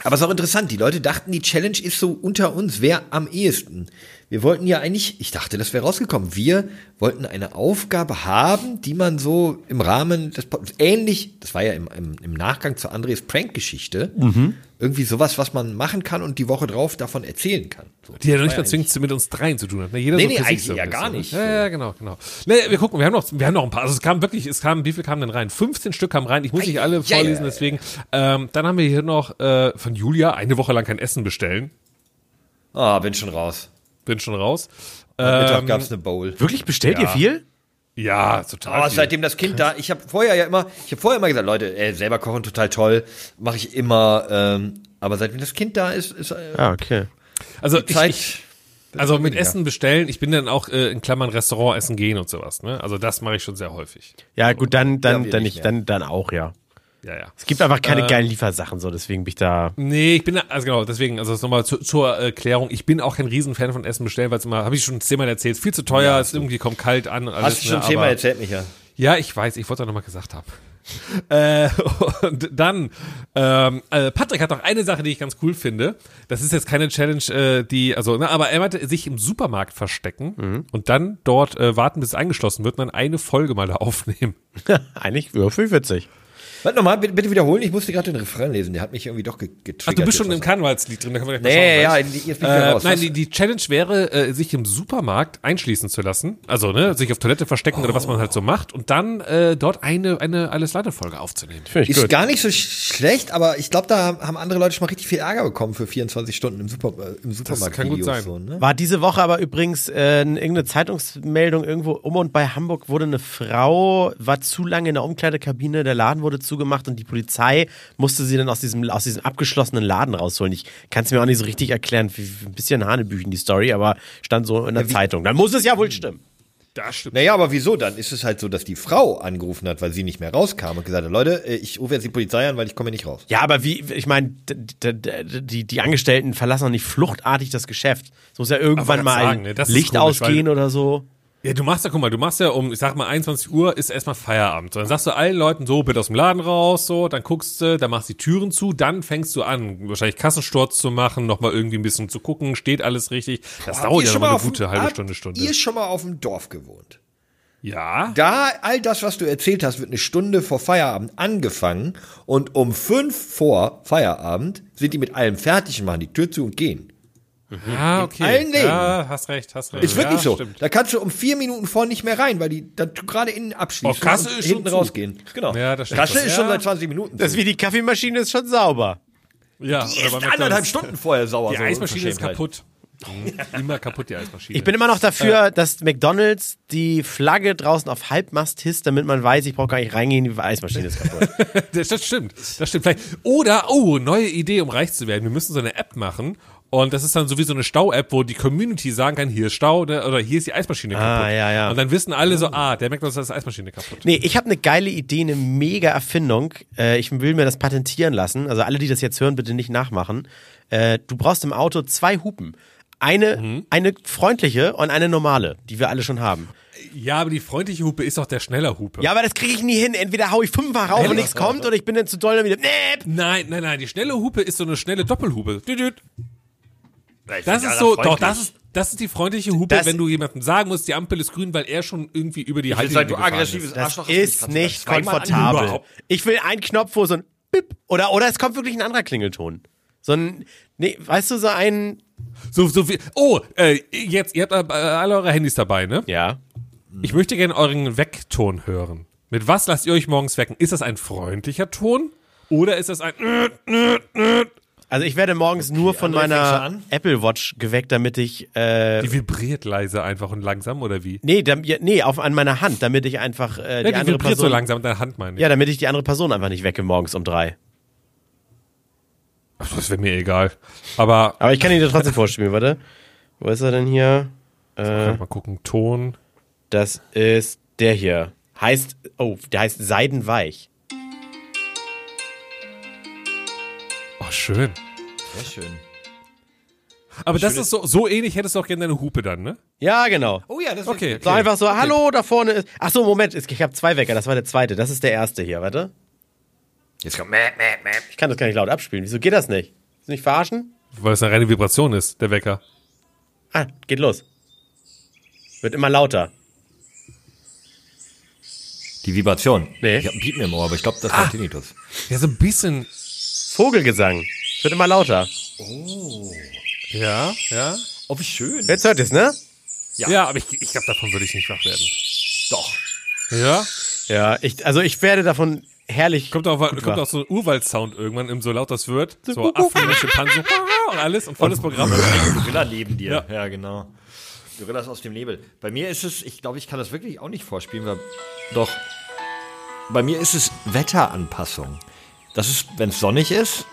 S2: Aber es ist auch interessant, die Leute dachten, die Challenge ist so unter uns, wer am ehesten. Wir wollten ja eigentlich, ich dachte, das wäre rausgekommen, wir wollten eine Aufgabe haben, die man so im Rahmen des, Pod- ähnlich, das war ja im, im, im Nachgang zu Andres Prank-Geschichte, irgendwie sowas, was man machen kann und die Woche drauf davon erzählen kann. So.
S3: Die ja noch nicht mal zwingend mit uns dreien zu tun hat. Ne? Jeder
S2: Nee,
S3: so
S2: nee,
S3: für sich
S2: eigentlich
S3: so ein
S2: ja
S3: bisschen,
S2: gar
S3: ne?
S2: nicht.
S3: Ja, ja, genau, genau. Nee, wir gucken, wir haben noch, wir haben noch ein paar. Also es kamen wirklich, es kamen, wie viel kamen denn rein? 15 Stück kamen rein. Ich muss nicht alle
S2: ja, ja,
S3: vorlesen,
S2: ja.
S3: deswegen. Ähm, dann haben wir hier noch äh, von Julia eine Woche lang kein Essen bestellen.
S2: Ah, bin schon raus.
S3: Bin schon raus.
S2: Mittag
S3: Ähm,
S2: gab's eine Bowl.
S1: wirklich bestellt ihr viel?
S3: ja, total.
S2: Oh,
S3: viel.
S2: seitdem das Kind da, ich habe vorher ja immer, ich habe vorher immer gesagt, Leute, ey, selber kochen total toll, mache ich immer, ähm, aber seitdem das Kind da ist, ist äh,
S1: Ja, okay.
S3: also ich,
S2: Zeit.
S3: ich, Also mit Essen bestellen, ich bin dann auch äh, in Klammern Restaurant essen gehen und sowas. Ne? Also das mache ich schon sehr häufig.
S1: Ja, gut, dann, dann,
S2: Ja, wir
S1: dann,
S2: nicht Äh.
S1: nicht, dann, dann auch, ja.
S3: Ja, ja.
S1: Es gibt einfach keine geilen Liefersachen, so, deswegen bin ich da.
S3: Nee, ich bin, da- also genau, deswegen, also das nochmal zu, zur Erklärung, ich bin auch kein Riesenfan von Essen bestellen, weil es immer, habe ich schon zehnmal erzählt, viel zu teuer, es irgendwie kommt kalt an. und Alles,
S2: Hast du schon
S3: ne,
S2: Thema
S3: aber-
S2: erzählt, Micha?
S3: Ja, ich weiß, ich wollte es auch nochmal gesagt haben. äh, und dann, ähm, äh, Patrick hat noch eine Sache, die ich ganz cool finde. Das ist jetzt keine Challenge, äh, die, also, ne, aber er meinte, sich im Supermarkt verstecken
S2: Mhm.
S3: und dann dort äh, warten, bis es eingeschlossen wird und dann eine Folge mal da aufnehmen.
S1: Eigentlich ja, 45.
S2: Warte nochmal, bitte, bitte wiederholen. Ich musste gerade den Refrain lesen. Der hat mich irgendwie doch ge- getriggert.
S3: Ach, du bist schon
S2: jetzt.
S3: im Karnevalslied drin, da können wir gleich mal
S2: Nee, ja,
S3: schauen.
S2: jetzt bin ich wieder
S3: Äh,
S2: raus.
S3: nein,
S2: Was?
S3: die, die Challenge wäre, äh, sich im Supermarkt einschließen zu lassen. Also, ne, sich auf Toilette verstecken oder was man halt so macht und dann äh, dort eine, eine Alles-Lade-Folge aufzunehmen.
S1: Finde ich
S2: Ist
S1: gut.
S2: gar nicht so sch- schlecht, aber ich glaube, da haben- haben andere Leute schon mal richtig viel Ärger bekommen für 24 Stunden im, Super, äh, im Supermarkt.
S3: kann gut sein.
S2: So, ne?
S1: War diese Woche aber übrigens äh, irgendeine Zeitungsmeldung irgendwo um und bei Hamburg wurde eine Frau, war zu lange in der Umkleidekabine, der Laden wurde zugemacht und die Polizei musste sie dann aus diesem, aus diesem abgeschlossenen Laden rausholen. Ich kann es mir auch nicht so richtig erklären, wie, ein bisschen Hanebüchen die Story, aber stand so in der Zeitung. Dann muss es ja Hm. wohl stimmen.
S3: Das stimmt.
S2: Naja, aber wieso? Dann ist es halt so, dass die Frau angerufen hat, weil sie nicht mehr rauskam und gesagt hat, Leute, äh, ich rufe jetzt die Polizei an, weil ich komme hier nicht raus.
S1: Ja, aber wie, ich meine, d- d- d- die, die Angestellten verlassen doch nicht fluchtartig das Geschäft. Es muss ja irgendwann
S3: Aber
S1: mal
S3: sagen, ne, das ist
S1: Licht
S3: komisch,
S1: ausgehen oder so.
S3: Ja, du machst ja, guck mal, du machst ja um, ich sag mal, 21 Uhr ist erstmal Feierabend. So, Dann sagst du allen Leuten so, bitte aus dem Laden raus, so, dann guckst du, dann machst die Türen zu, dann fängst du an, wahrscheinlich Kassensturz zu machen, nochmal irgendwie ein bisschen zu gucken, steht alles richtig. Das dauert ja nochmal eine gute halbe Stunde, Stunde.
S2: Ihr schon mal auf dem Dorf gewohnt.
S3: ja.
S2: Da, all das, was du erzählt hast, wird eine Stunde vor Feierabend angefangen und um fünf vor Feierabend sind die mit allem fertig und machen die Tür zu und gehen.
S3: Ah, okay.
S2: allen Läden.
S3: Ja, hast recht, hast recht.
S2: Ist wirklich
S3: ja,
S2: so.
S3: Stimmt.
S2: Da kannst du um vier Minuten vor nicht mehr rein, weil die dann gerade innen abschließen
S3: Oh, Kasse
S2: und
S3: ist schon
S2: hinten
S3: zu.
S2: rausgehen. Genau.
S3: Ja, das stimmt.
S2: Kasse ist schon
S3: Ja.
S2: seit 20 Minuten.
S1: Das ist wie die Kaffeemaschine ist schon sauber.
S2: Die
S3: Ja, oder
S2: ist
S3: bei McDonald's.
S2: anderthalb Stunden vorher sauer.
S3: Die
S2: so
S3: Eismaschine ist
S2: Unverschämtheit.
S3: kaputt. Also halt. Immer kaputt, die Eismaschine.
S1: Ich bin immer noch dafür, dass McDonalds die Flagge draußen auf Halbmast hisst, damit man weiß, ich brauche gar nicht reingehen, die Eismaschine ist kaputt.
S3: Das, das stimmt, das stimmt. Vielleicht. Oder, oh, neue Idee, um reich zu werden. Wir müssen so eine App machen. Und das ist dann so wie so eine Stau-App, wo die Community sagen kann, hier ist Stau ne, oder hier ist die Eismaschine kaputt.
S1: ja, ja.
S3: Und dann wissen alle so, ah, der McDonalds hat die Eismaschine kaputt.
S1: Nee, ich habe eine geile Idee, eine mega Erfindung. Äh, ich will mir das patentieren lassen. Also alle, die das jetzt hören, bitte nicht nachmachen. Äh, du brauchst im Auto zwei Hupen. Eine, eine freundliche und eine normale, die wir alle schon haben.
S3: Ja, aber die freundliche Hupe ist doch der schneller Hupe.
S1: Ja, aber das kriege ich nie hin. Entweder hau ich fünfmal rauf und nichts kommt oder ich bin dann zu doll und wieder. Nee.
S3: Nein, nein, nein, die schnelle Hupe ist so eine schnelle Doppelhupe. Düt, düt.
S2: Ich
S3: Das
S2: find
S3: ist so,
S2: daran freundlich.
S3: doch, das ist, das ist die freundliche Hupe,
S1: Das-
S3: wenn du jemandem sagen musst, die Ampel ist grün, weil er schon irgendwie über die
S2: Ich will
S3: Haltlinie
S2: sagen, du
S3: gefahren
S2: aggressives
S1: Das
S2: Arschloch.
S1: ist nicht
S3: angerufen.
S1: komfortabel.
S3: Überhaupt.
S1: Ich will einen Knopf, wo so ein Bip oder oder es kommt wirklich ein anderer Klingelton. So ein nee, weißt du so ein
S3: So, so wie, oh, äh, jetzt, ihr habt äh, alle eure Handys dabei, ne?
S1: ja.
S3: Ich möchte gerne euren Weckton hören. Mit was lasst ihr euch morgens wecken? Ist das ein freundlicher Ton? Oder ist das ein.
S1: Äh. Also ich werde morgens nur von
S2: André, fängst du
S1: meiner
S2: an?
S1: Apple Watch geweckt, damit ich äh,
S3: Die vibriert leise einfach und langsam, oder wie?
S1: nee, dam, ja, nee, auf an meiner Hand, damit ich einfach äh, die,
S3: Ja, die
S1: andere
S3: vibriert
S1: Person
S3: so langsam mit deiner Hand, meine ich.
S1: ja, damit ich die andere Person einfach nicht wecke morgens um drei.
S3: Ach, das wäre mir egal. Aber.
S1: Aber ich kann ihn dir trotzdem vorspielen, warte. Wo ist er denn hier? Äh.
S3: Mal gucken, Ton.
S1: Das ist der hier. Heißt oh, der heißt Seidenweich.
S3: Oh, schön.
S2: Sehr schön.
S3: Aber das ist so, so ähnlich hättest du auch gerne deine Hupe dann, ne?
S1: Ja, genau.
S2: Oh ja, das
S3: Okay.
S1: So einfach so, hallo, da vorne ist. Ach so, Moment, es- ich habe zwei Wecker, das war der zweite. Das ist der erste hier, warte.
S2: Jetzt kommt mäh, mäh, mäh.
S1: Ich kann das gar nicht laut abspielen. Wieso geht das nicht? Ist nicht verarschen?
S3: Weil es eine reine Vibration ist, der Wecker.
S1: Ah, geht los. Wird immer lauter.
S2: Die Vibration.
S1: Nee.
S2: Ich hab einen Piepen im Ohr, aber ich glaube, das ist ah. Tinnitus.
S3: Ja, so ein bisschen.
S1: Vogelgesang. Wird immer lauter.
S3: Ja, ja.
S2: Oh, wie schön.
S1: Jetzt hört ihr's, ne?
S3: Ja, aber ich, ich glaube, davon würde ich nicht wach werden.
S2: Doch.
S3: Ja?
S1: Ja, ich, also ich werde davon herrlich.
S3: Kommt auch,
S1: gut
S3: kommt
S1: wach.
S3: auch so ein Urwald-Sound irgendwann, im so laut das wird. So Affen und Schimpansen und alles und volles Programm.
S2: Gorilla neben dir.
S3: Ja.
S2: Ja, genau. Gorillas aus dem Nebel. Bei mir ist es, ich glaube, ich kann das wirklich auch nicht vorspielen, weil. Doch. Bei mir ist es Wetteranpassung. Das ist, wenn es sonnig ist.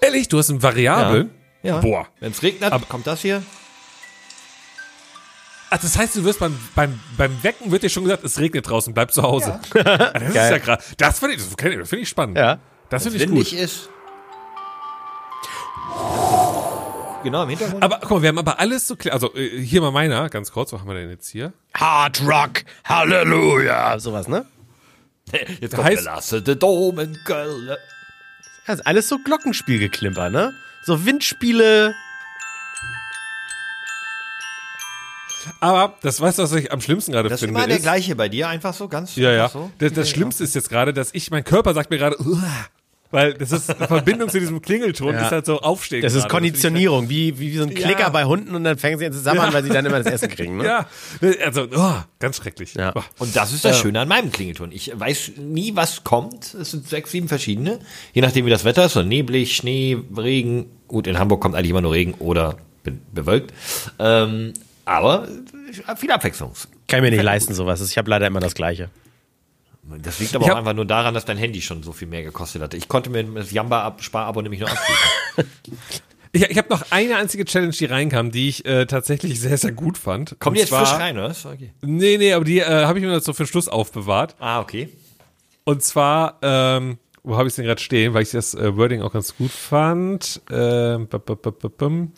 S3: Ehrlich, du hast ein Variabel?
S2: Ja.
S3: Boah.
S2: Wenn es regnet, kommt das hier.
S3: Ach, das heißt, du wirst beim, beim, beim Wecken wird dir schon gesagt, es regnet draußen, bleib zu Hause. das ist ja krass. Das finde ich, das kenn ich- das find ich spannend.
S1: Ja.
S3: Das finde ich
S2: Windig
S3: gut.
S2: ist. Genau, im Hintergrund.
S3: Aber guck mal, wir haben aber alles so klar. Also äh, hier mal meiner, ganz kurz, was haben wir denn jetzt hier?
S1: Hard Rock, Halleluja, sowas, ne?
S2: Jetzt
S3: kommt heißt-
S2: der Dom in Köln.
S1: Das ist alles so Glockenspielgeklimper, ne? So Windspiele.
S3: Aber das weißt du, was ich am schlimmsten gerade
S2: Das ist
S3: finde.
S2: immer der
S3: ist-
S2: gleiche bei dir, einfach so ganz.
S3: Ja, ja.
S2: einfach So.
S3: Das, das Schlimmste ist jetzt gerade, dass ich, mein Körper sagt mir gerade, "Uah", weil das ist eine Verbindung zu diesem Klingelton,
S1: Ja.
S3: ist halt so aufstehen.
S1: Das ist
S3: gerade. finde ich halt-
S1: Konditionierung, wie, wie, wie so ein Klicker bei Hunden und dann fangen sie an zusammen an, weil sie dann immer das Essen kriegen, ne?
S3: Ja, also oh, ganz schrecklich.
S1: Ja.
S3: Boah.
S2: Und das ist das Schöne an meinem Klingelton. Ich weiß nie, was kommt. Es sind sechs, sieben verschiedene. Je nachdem, wie das Wetter ist. So neblig, Schnee, Regen. Gut, in Hamburg kommt eigentlich immer nur Regen oder be bewölkt. Ähm, aber äh, viel Abwechslung.
S1: Kann ich mir nicht leisten, sowas. Ich habe leider immer das Gleiche.
S2: Das liegt aber
S3: Ich
S2: auch
S3: hab-
S2: einfach nur daran, dass dein Handy schon so viel mehr gekostet hatte. Ich konnte mir das Jamba-Sparabo nämlich nur abgeben.
S3: Ich, ich habe noch eine einzige Challenge, die reinkam, die ich äh, tatsächlich sehr, sehr gut fand.
S2: Kommt
S3: Und
S2: jetzt
S3: zwar-
S2: frisch rein, oder? was? Okay.
S3: Nee, nee, aber die äh, habe ich mir dazu für den Schluss aufbewahrt.
S2: Ah, okay.
S3: Und zwar, ähm, wo habe ich es denn gerade stehen, weil ich das äh, Wording auch ganz gut fand. Ähm, bum, bum, bum, bum, bum.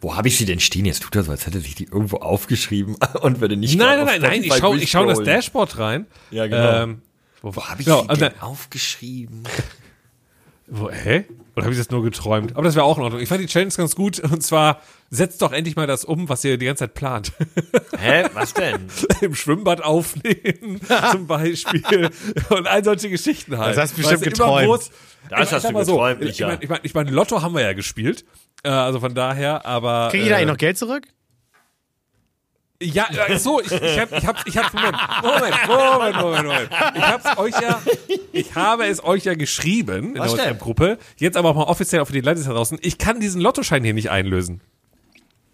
S2: Wo habe ich sie denn stehen? Jetzt tut er so, als hätte sich die irgendwo aufgeschrieben und würde nicht.
S3: nein,
S2: gerade
S3: nein, nein,
S2: auf
S3: nein, ich
S2: Spotify
S3: schaue ich schau in das
S2: durchscrollen.
S3: Dashboard rein.
S2: Ja, genau.
S3: Ähm, wo
S2: Wo habe ich
S3: genau,
S2: sie
S3: also,
S2: denn aufgeschrieben?
S3: wo, Hä? Oder habe ich das nur geträumt? Aber das wäre auch in Ordnung. Ich fand die Challenge ganz gut. Und zwar, setzt doch endlich mal das um, was ihr die ganze Zeit plant.
S2: Hä, was denn?
S3: Im Schwimmbad aufnehmen, zum Beispiel. Und all solche Geschichten halt.
S1: Das hast du bestimmt
S3: Weißt du, immer
S1: geträumt.
S3: wo es-
S2: Das
S3: ich
S2: hast
S3: sag
S2: du
S3: mal
S2: geträumt,
S3: Ich
S2: Micha.
S3: meine, ich mein, ich mein, Lotto haben wir ja gespielt. Äh, also von daher, aber.
S1: Kriege ich da eh
S3: äh,
S1: eigentlich noch Geld zurück?
S3: Ja, ja, so, ich, ich hab, ich hab, ich hab, Moment, Moment, Moment, Moment, Moment. Ich hab's euch ja, ich habe es euch ja geschrieben in
S2: Was
S3: der
S2: denn?
S3: WhatsApp-Gruppe. Jetzt aber auch mal offiziell auf die Leute da draußen. Ich kann diesen Lottoschein hier nicht einlösen.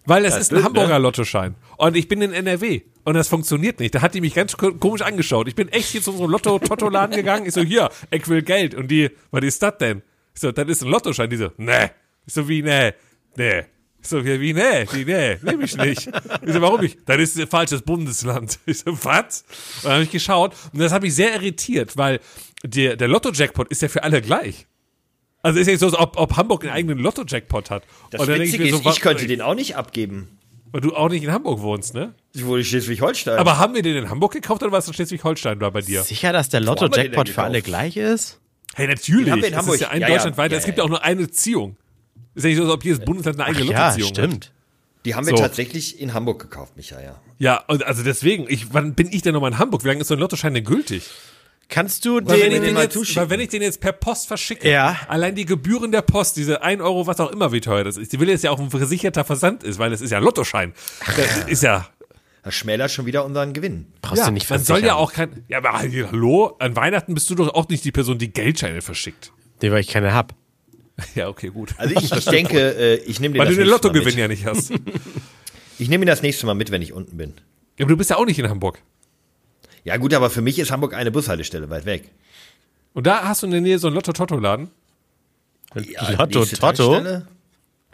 S3: Weil das, ist ein
S2: blöd,
S3: Hamburger Lottoschein. Und ich bin in NRW. Und das funktioniert nicht. Da hat die mich ganz ko- komisch angeschaut. Ich bin echt hier zu unserem Lotto-Totto-Laden gegangen. Ich so, hier, ich will Geld. Und die, was ist das denn? Ich so, das ist ein Lottoschein. Die so, nee. Ich so, wie, nee, nee. Ich so, wie, wie, nee, die, nee, nehme ich nicht. Ich so, warum nicht? Das ist ein falsches Bundesland. Ich so, was? Und dann habe ich geschaut. Und das hat mich sehr irritiert, weil der, der Lotto-Jackpot ist ja für alle gleich. Also ist ja nicht so, als ob, ob Hamburg einen eigenen Lotto-Jackpot hat.
S2: Das
S3: Und dann denk
S2: Witzige
S3: mir
S2: ist,
S3: wa-
S2: ich könnte den auch nicht abgeben.
S3: weil du auch nicht in Hamburg wohnst, ne?
S2: Ich wurde Schleswig-Holstein.
S3: Aber haben wir den in Hamburg gekauft oder war es in Schleswig-Holstein da bei dir?
S1: Sicher, dass der
S2: haben wir den
S1: Lotto-Jackpot
S2: denn
S1: für alle
S2: gekauft?
S1: gleich ist?
S3: Hey, natürlich.
S2: haben wir in
S3: Es
S2: Hamburg.
S3: ist ja ein
S2: Ja, ja.
S3: Deutschland weiter.
S2: Ja,
S3: es gibt
S2: ja.
S3: ja auch nur eine Ziehung. Ist ja nicht so, als ob jedes Bundesland eine eigene
S1: Ja,
S3: Lottoziehung
S2: ne?
S3: hat.
S1: stimmt.
S2: die haben
S3: So.
S2: wir tatsächlich in Hamburg gekauft, Micha, ja.
S3: Ja, und also deswegen, ich, wann bin ich denn nochmal in Hamburg? Wie lange ist so ein Lottoschein denn gültig?
S1: Kannst du
S3: Weil wenn, ich
S1: den.
S3: den
S2: mal
S3: jetzt,
S2: zuschicken.
S3: weil wenn ich den jetzt per Post verschicke,
S1: Ja.
S3: allein die Gebühren der Post, diese 1 Euro, was auch immer, wie teuer das ist, die will jetzt ja auch ein versicherter Versand ist, weil das ist ja ein Lottoschein. Das ist ja
S2: Das schmälert schon wieder unseren Gewinn.
S1: Brauchst du nicht
S3: man soll
S1: versichern.
S3: ja auch kein. Ja, aber hallo, an Weihnachten bist du doch auch nicht die Person, die Geldscheine verschickt.
S1: Nee, weil ich keine hab.
S3: Ja, okay, gut.
S2: Also ich, ich denke, äh, ich nehme
S3: Weil
S2: das
S3: du den
S2: nächste Mal
S3: Lottogewinn
S2: mit.
S3: ja nicht hast. ja,
S2: Ich nehme ihn das nächste Mal mit, wenn ich unten bin.
S3: aber du bist ja auch nicht in Hamburg.
S2: Ja gut, aber für mich ist Hamburg eine Bushaltestelle weit weg.
S3: Und da hast du in der Nähe so einen Lotto-Totto-Laden.
S2: Ja,
S1: Lotto
S2: nächste
S1: Totto?
S2: Tankstelle?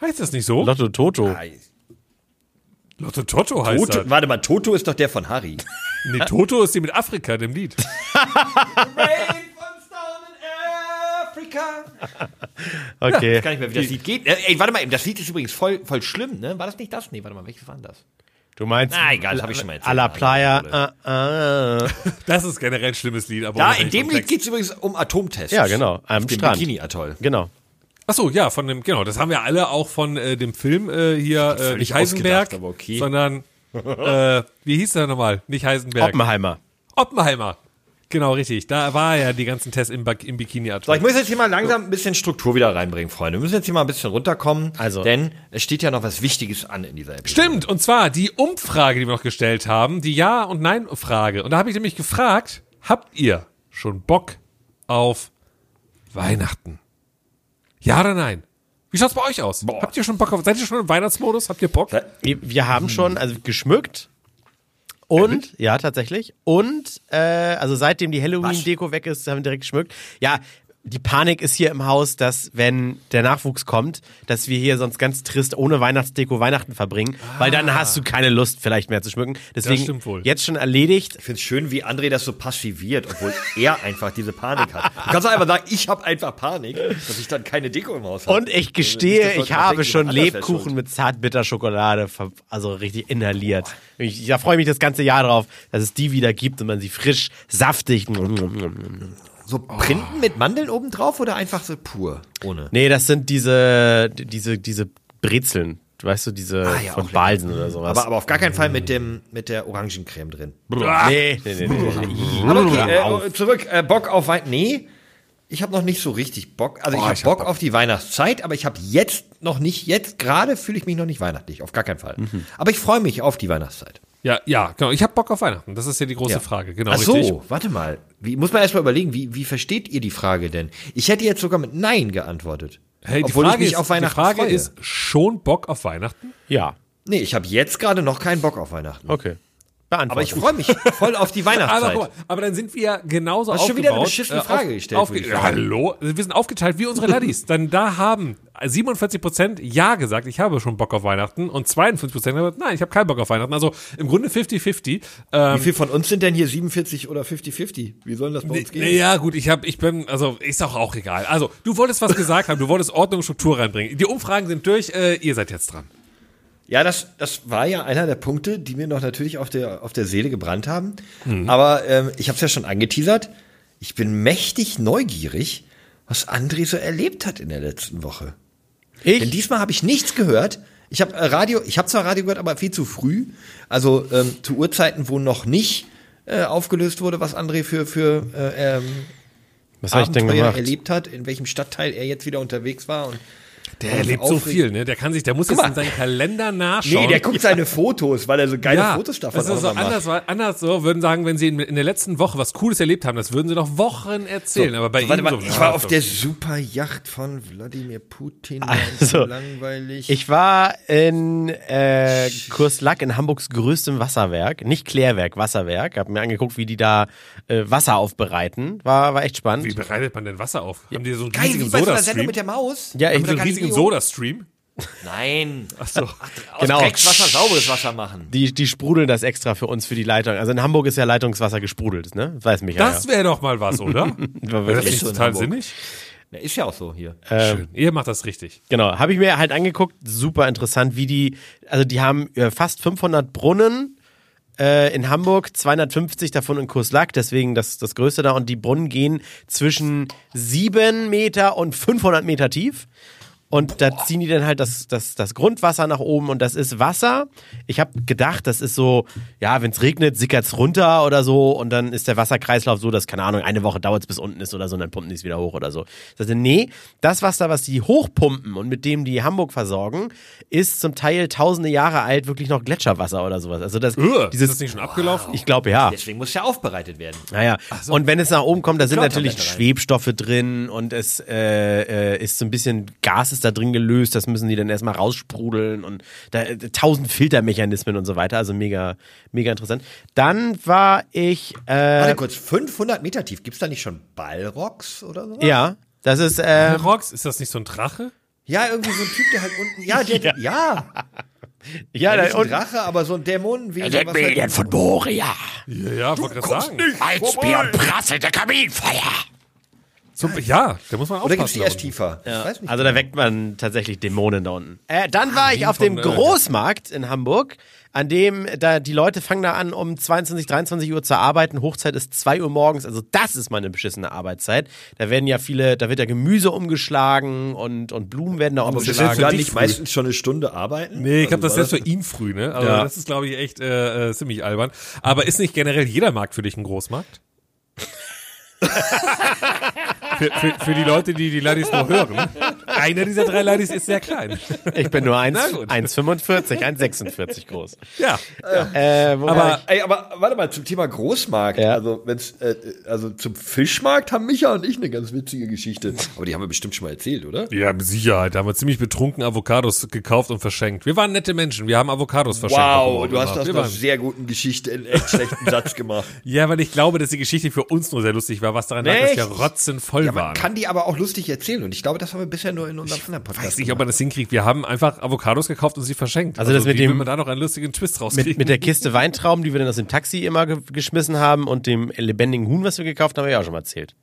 S3: Heißt das nicht so?
S1: Lotto-Toto.
S2: Ah, ich-
S3: Lotto-Toto heißt
S2: Toto,
S3: das.
S2: warte mal, Toto ist doch der von Harry.
S3: Nee, Toto ist die mit Afrika, dem Lied.
S1: Okay.
S2: Kann ich mir, wie das Lied geht. Äh, Ey, warte mal, eben, das Lied ist übrigens voll, voll schlimm, ne? War das nicht das? Nee, warte mal, welches war denn das?
S1: Du meinst.
S2: Na, egal, habe ich schon mal erzählt.
S1: A la Playa.
S2: Ja,
S1: Äh, äh.
S3: Das ist generell ein schlimmes Lied. Aber
S2: Da,
S3: unabhängig
S2: in dem
S3: komplex.
S2: Lied geht es übrigens um Atomtests.
S1: Ja, genau, am
S2: Am dem
S1: Strand.
S2: Bikini-Atoll.
S1: Genau.
S3: Ach so, ja, von dem, genau, das haben wir alle auch von äh, dem Film äh, hier, äh,
S2: völlig
S3: nicht Heisenberg,
S2: ausgedacht, aber okay.
S3: sondern, äh, wie hieß der nochmal? Nicht Heisenberg.
S1: Oppenheimer.
S3: Oppenheimer. Genau, richtig. Da war ja die ganzen Tests im, Ba- im Bikini.
S2: So, ich muss jetzt hier mal langsam ein bisschen Struktur wieder reinbringen, Freunde. Wir müssen jetzt hier mal ein bisschen runterkommen,
S1: Also-
S2: denn es steht ja noch was Wichtiges an in dieser Episode.
S3: Stimmt, und zwar die Umfrage, die wir noch gestellt haben, die Ja- und Nein-Frage. Und da habe ich nämlich gefragt, habt ihr schon Bock auf Weihnachten? Ja oder nein? Wie schaut's bei euch aus? Habt ihr schon Bock auf, seid ihr schon im Weihnachtsmodus? Habt ihr Bock?
S2: Da-
S1: Wir, wir haben schon also geschmückt. Und, ja, tatsächlich. Und, äh, also seitdem die Halloween-Deko weg ist, haben wir direkt geschmückt. Ja, die Panik ist hier im Haus, dass wenn der Nachwuchs kommt, dass wir hier sonst ganz trist ohne Weihnachtsdeko Weihnachten verbringen, weil dann
S2: Ah.
S1: hast du keine Lust vielleicht mehr zu schmücken. Deswegen
S3: stimmt wohl.
S1: jetzt schon erledigt.
S2: Ich finde es schön, wie André das so passiviert, obwohl er einfach diese Panik hat. Du kannst doch einfach sagen, ich habe einfach Panik, dass ich dann keine Deko im Haus habe.
S1: Und ich
S2: Nicht,
S1: gestehe,
S2: dass Leute
S1: ich habe
S2: denken,
S1: schon
S2: jemand anders wär
S1: Lebkuchen
S2: schuld.
S1: mit Zartbitterschokolade, ver- also richtig inhaliert. Ich, da freue ich mich das ganze Jahr drauf, dass es die wieder gibt und man sie frisch, saftig.
S2: So Printen mit Mandeln obendrauf oder einfach so pur? Ohne.
S1: Nee, das sind diese, diese, diese Brezeln. Weißt du, diese
S2: Ah, ja, auch
S1: von
S2: lecker.
S1: Balsen oder sowas.
S2: Aber, aber auf gar keinen Fall mit, dem, mit der Orangencreme drin.
S1: nee, nee, nee, nee, nee.
S2: Aber okay,
S1: Hör auf.
S2: äh, zurück. Äh, Bock auf Weihnachten. Nee, ich habe noch nicht so richtig Bock. Also ich habe Bock auf die Weihnachtszeit, aber ich habe jetzt noch nicht, jetzt gerade fühle ich mich noch nicht weihnachtlich. Auf gar keinen Fall.
S3: Mhm.
S2: Aber ich freue mich auf die Weihnachtszeit.
S3: Ja, ja, genau. Ich habe Bock auf Weihnachten. Das ist ja die große
S2: Ja.
S3: Frage. Genau,
S2: Ach so,
S3: richtig.
S2: warte mal. Wie, muss man erstmal überlegen, wie, wie versteht ihr die Frage denn? Ich hätte jetzt sogar mit Nein geantwortet.
S3: Hey, die
S2: obwohl
S3: Frage,
S2: ich mich
S3: ist,
S2: auf Weihnachten
S3: die Frage
S2: freue.
S3: ist schon Bock auf Weihnachten?
S1: Ja,
S2: Nee, ich habe jetzt gerade noch keinen Bock auf Weihnachten.
S1: okay.
S2: Aber ich
S1: Beantwortet.
S2: freue mich voll auf die
S3: Aber,
S2: Weihnachtszeit.
S3: guck mal, aber dann sind wir genauso
S2: Hast
S3: aufgebaut.
S2: schon wieder eine beschissene
S3: äh,
S2: Frage gestellt,
S3: Aufge
S2: würde ich
S3: ja,
S2: sagen.
S3: hallo? Wir sind aufgeteilt wie unsere Laddies. dann da haben 47% Ja gesagt, ich habe schon Bock auf Weihnachten. Und 52% haben gesagt, nein, ich habe keinen Bock auf Weihnachten. Also im Grunde 50-50. Ähm,
S2: Wie viel von uns sind denn hier 47 oder 50-50? Wie soll das bei uns gehen?
S3: Naja, gut, ich habe, ich bin, also ist auch auch egal. Also du wolltest was gesagt haben, du wolltest Ordnung und Struktur reinbringen. Die Umfragen sind durch, äh, ihr seid jetzt dran.
S2: Ja, das, das war ja einer der Punkte, die mir noch natürlich auf der, auf der Seele gebrannt haben. Aber ähm, ich habe es ja schon angeteasert. Ich bin mächtig neugierig, was André so erlebt hat in der letzten Woche. Denn
S1: Ich?
S2: diesmal habe ich nichts gehört. Ich habe äh, Radio, ich habe zwar Radio gehört, aber viel zu früh. Also ähm, zu Uhrzeiten, wo noch nicht äh, aufgelöst wurde, was André für, für äh, ähm,
S1: Was habe ich denn
S2: Abenteuer
S1: gemacht?
S2: erlebt hat, in welchem Stadtteil er jetzt wieder unterwegs war. Und
S3: Der
S2: und
S3: erlebt so
S2: aufregend-
S3: viel, ne? Der kann sich, der muss jetzt
S2: mal.
S3: in seinen Kalender nachschauen.
S2: Nee, der guckt seine Fotos, weil er so geile
S3: ja,
S2: Fotos davon
S3: also
S2: auch
S3: so
S2: immer macht.
S3: anders, war- anders so würden sagen, wenn sie in, in der letzten Woche was Cooles erlebt haben, das würden sie noch Wochen erzählen. aber bei
S2: Also Warte
S3: ihm
S2: mal,
S3: so,
S2: ich war auf der Superjacht von Wladimir Putin.
S1: Also,
S2: Also, langweilig.
S1: Ich war in äh, Kurslack in Hamburgs größtem Wasserwerk, nicht Klärwerk, Wasserwerk. Hab mir angeguckt, wie die da äh, Wasser aufbereiten. War, war echt spannend.
S3: Wie bereitet man denn Wasser auf? Haben die so einen
S2: Geil, wie
S3: riesigen
S2: bei so einer Sendung
S3: Soda-Stream?
S2: mit der Maus?
S1: Ja,
S3: Haben
S1: ich,
S3: die so einen riesigen
S2: Galileo?
S3: Soda-Stream?
S2: Nein.
S3: Achso.
S2: Aus
S1: Genau.
S2: Dreckswasser sauberes Wasser machen.
S1: die, die sprudeln das extra für uns für die Leitung. Also in Hamburg ist ja Leitungswasser gesprudelt, ne? Weiß mich ja.
S3: Das wäre doch mal was, oder? Wäre das
S1: wirklich
S3: nicht
S2: so in
S3: total
S2: Hamburg.
S3: sinnig?
S2: Na, ist ja auch so hier. Ähm,
S3: Schön. Ihr macht das richtig.
S1: Genau, habe ich mir halt angeguckt, super interessant, wie die, also die haben äh, fast 500 Brunnen äh, in Hamburg, 250 davon in Kurslack, deswegen das, das größte da und die Brunnen gehen zwischen 7 Meter und 500 Meter tief. Und da ziehen die dann halt das, das, das Grundwasser nach oben und das ist Wasser. Ich habe gedacht, das ist so, ja, wenn es regnet, sickert's runter oder so und dann ist der Wasserkreislauf so, dass, keine Ahnung, eine Woche dauert's bis unten ist oder so und dann pumpen die es wieder hoch oder so. Ich sagte, nee, das Wasser, was die hochpumpen und mit dem die Hamburg versorgen, ist zum Teil tausende Jahre alt, wirklich noch Gletscherwasser oder sowas. Also das,
S3: Äh,
S1: dieses,
S3: ist das nicht schon abgelaufen?
S1: ich glaube ja.
S2: Deswegen muss ja aufbereitet werden.
S1: Naja, und wenn es nach oben kommt, da sind
S2: Cloud
S1: natürlich
S2: haben wir da rein.
S1: Schwebstoffe drin und es äh, äh, ist so ein bisschen Gas ist da drin gelöst, das müssen die dann erstmal raussprudeln und da äh, tausend Filtermechanismen und so weiter, also mega, mega interessant. Dann war ich, äh,
S2: Warte kurz, 500 Meter tief. Gibt's da nicht schon Ballrocks oder so?
S1: ja, das ist, äh,
S3: Rox, ist das nicht so ein Drache?
S2: Ja, irgendwie so ein Typ, der halt unten. Ja, der, ja. ja.
S1: ja, da,
S2: nicht ein
S1: und,
S2: Drache, aber so ein Dämonenwesen. was halt-
S1: von Moria,
S3: Ja, ja, wollte gerade sagen.
S1: als Björn prasselt der Kaminfeuer.
S3: Zum, ja, da muss man
S2: Oder gibt's
S3: aufpassen.
S2: die erst tiefer? Ich weiß nicht.
S1: Also da weckt man tatsächlich Dämonen da unten. Äh, dann war ich auf
S3: von,
S1: dem
S3: äh,
S1: Großmarkt in Hamburg, an dem da die Leute fangen da an, um 22, 23 Uhr zu arbeiten. Hochzeit ist 2 Uhr morgens, also das ist meine beschissene Arbeitszeit. Da werden ja viele, da wird ja Gemüse umgeschlagen und, und Blumen werden da
S2: Willst du
S1: umgeschlagen.
S2: dann
S3: dich
S2: nicht
S3: früh.
S2: meistens schon eine Stunde arbeiten?
S3: Nee, ich glaube, das
S2: Also war
S3: selbst für ihn früh, ne? Also
S1: Ja.
S3: das ist, glaube ich, echt äh, äh, ziemlich albern. Aber ist nicht generell jeder Markt für dich ein Großmarkt? für, für, für die Leute, die die Ladies nur hören. einer dieser drei Ladies ist sehr klein.
S1: Ich bin nur eins-
S3: Na gut.
S1: 1,45, 1,46 groß.
S3: Ja.
S1: Äh, wo war
S3: Aber-
S1: ich?
S2: Ah, Ey, aber warte mal, zum Thema Großmarkt.
S1: Ja.
S2: Also, wenn's, äh, also zum Fischmarkt haben Micha und ich eine ganz witzige Geschichte. Aber die haben wir bestimmt schon mal erzählt, oder?
S3: Ja, mit Sicherheit. Da haben wir ziemlich betrunken Avocados gekauft und verschenkt. Wir waren nette Menschen. Wir haben Avocados verschenkt.
S2: Wow,
S3: bekommen.
S2: du hast das
S3: wir
S2: nach
S3: waren-
S2: sehr guten Geschichte in echt schlechten Satz gemacht.
S3: Ja, weil ich glaube, dass die Geschichte für uns nur sehr lustig war, was daran lag, dass
S2: Echt?
S3: wir rotzenvoll
S2: Ja, man
S3: waren.
S2: kann die aber auch lustig erzählen und ich glaube, das haben wir bisher nur in unserem anderen Podcast.
S3: Ich weiß nicht, ob man das hinkriegt. Wir haben einfach Avocados gekauft und sie verschenkt.
S1: Also das mit
S3: wie will
S1: dem-
S3: man da noch einen lustigen Twist rauskriegen.
S1: Mit, mit der Kiste Weintrauben, die wir dann aus dem Taxi immer ge geschmissen haben und dem lebendigen Huhn, was wir gekauft haben, habe ich auch schon mal erzählt.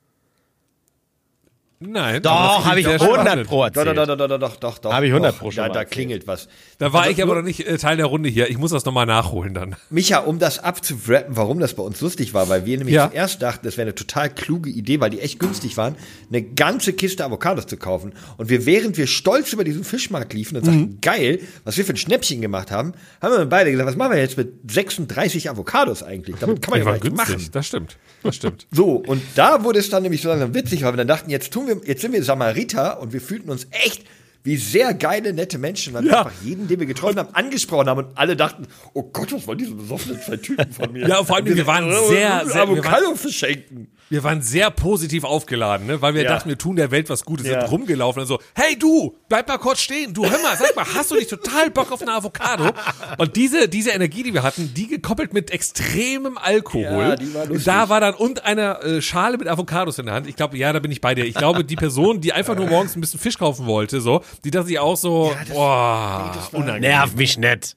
S3: Nein. aber
S1: Doch,
S3: das
S1: habe ich
S3: klingt sehr
S1: 100
S3: spannend.
S1: pro
S2: doch, doch,
S1: erzählt.
S2: doch, doch, doch, doch, doch, doch.
S1: Habe ich 100 pro schon
S2: Da,
S1: mal
S2: da
S1: erzählt.
S2: klingelt was. Also
S3: Da
S1: Also
S3: war ich aber noch nicht äh, Teil der Runde hier. Ich muss das nochmal nachholen dann.
S2: Micha, um das abzuwrappen, warum das bei uns lustig war, weil wir nämlich
S3: Ja.
S2: zuerst dachten, das wäre eine total kluge Idee, weil die echt günstig waren, eine ganze Kiste Avocados zu kaufen. Und wir, während wir stolz über diesen Fischmarkt liefen und sagten,
S3: Mhm.
S2: geil, was wir für ein Schnäppchen gemacht haben, haben wir beide gesagt, was machen wir jetzt mit 36 Avocados eigentlich? Damit kann man
S3: Die
S2: ja
S3: waren
S2: was
S3: günstig.
S2: machen.
S3: Das stimmt. Das stimmt.
S2: So, und da wurde es dann nämlich so langsam witzig, weil wir dann dachten, jetzt tun wir, jetzt sind wir Samariter und wir fühlten uns echt wie sehr geile, nette Menschen, weil wir
S3: Ja.
S2: einfach jeden, den wir getroffen haben, angesprochen haben und alle dachten, oh Gott, was waren diese besoffenen zwei Typen von mir?
S3: Ja, und vor allem, wir waren sehr, sehr- wir waren-
S2: Avocado verschenken.
S3: Wir waren sehr positiv aufgeladen, ne? weil wir
S2: Ja.
S3: dachten, wir tun der Welt was Gutes.
S2: Ja.
S3: Sind rumgelaufen und so, hey du, bleib mal kurz stehen. Du, hör mal, sag mal, hast du nicht total Bock auf eine Avocado? Und diese, diese Energie, die wir hatten, die gekoppelt mit extremem Alkohol.
S2: Ja, die war lustig.
S3: da war dann und einer äh, Schale mit Avocados in der Hand. Ich glaube, ja, da bin ich bei dir. Ich glaube, die Person, die einfach nur morgens ein bisschen Fisch kaufen wollte, so, die dachte sich auch so, boah, unangenehm.
S1: Nerv mich nicht.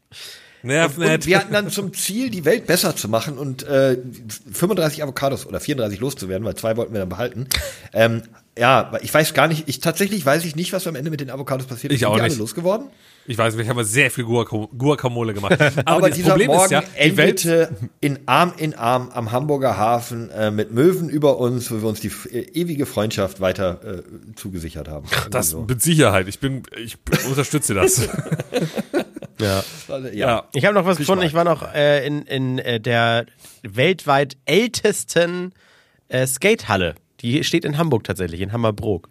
S3: Nerv
S2: Und
S3: nicht.
S2: wir hatten dann zum Ziel, die Welt besser zu machen und äh, 35 Avocados oder 34 loszuwerden, weil zwei wollten wir dann behalten. Ähm, ja, ich weiß gar nicht, ich tatsächlich weiß ich nicht, was am Ende mit den Avocados passiert ist.
S3: Ich auch
S2: Sind die alle
S3: nicht.
S2: losgeworden?
S3: Ich weiß nicht, ich habe sehr viel Guaco- Guacamole gemacht. Aber,
S2: Aber
S3: das
S2: dieser
S3: Problem
S2: Morgen
S3: ist ja, die Welt
S2: endete in Arm in Arm am Hamburger Hafen äh, mit Möwen über uns, wo wir uns die f- äh, ewige Freundschaft weiter äh, zugesichert haben. Also,
S3: Das
S2: Irgendwie
S3: mit Sicherheit. Ich bin, ich unterstütze das.
S2: so. Also,
S3: ja.
S2: ja.
S1: Ich habe noch was gefunden. Ich war noch äh, in, in äh, der weltweit ältesten äh, Skatehalle. Die steht in Hamburg tatsächlich, in Hammerbrook.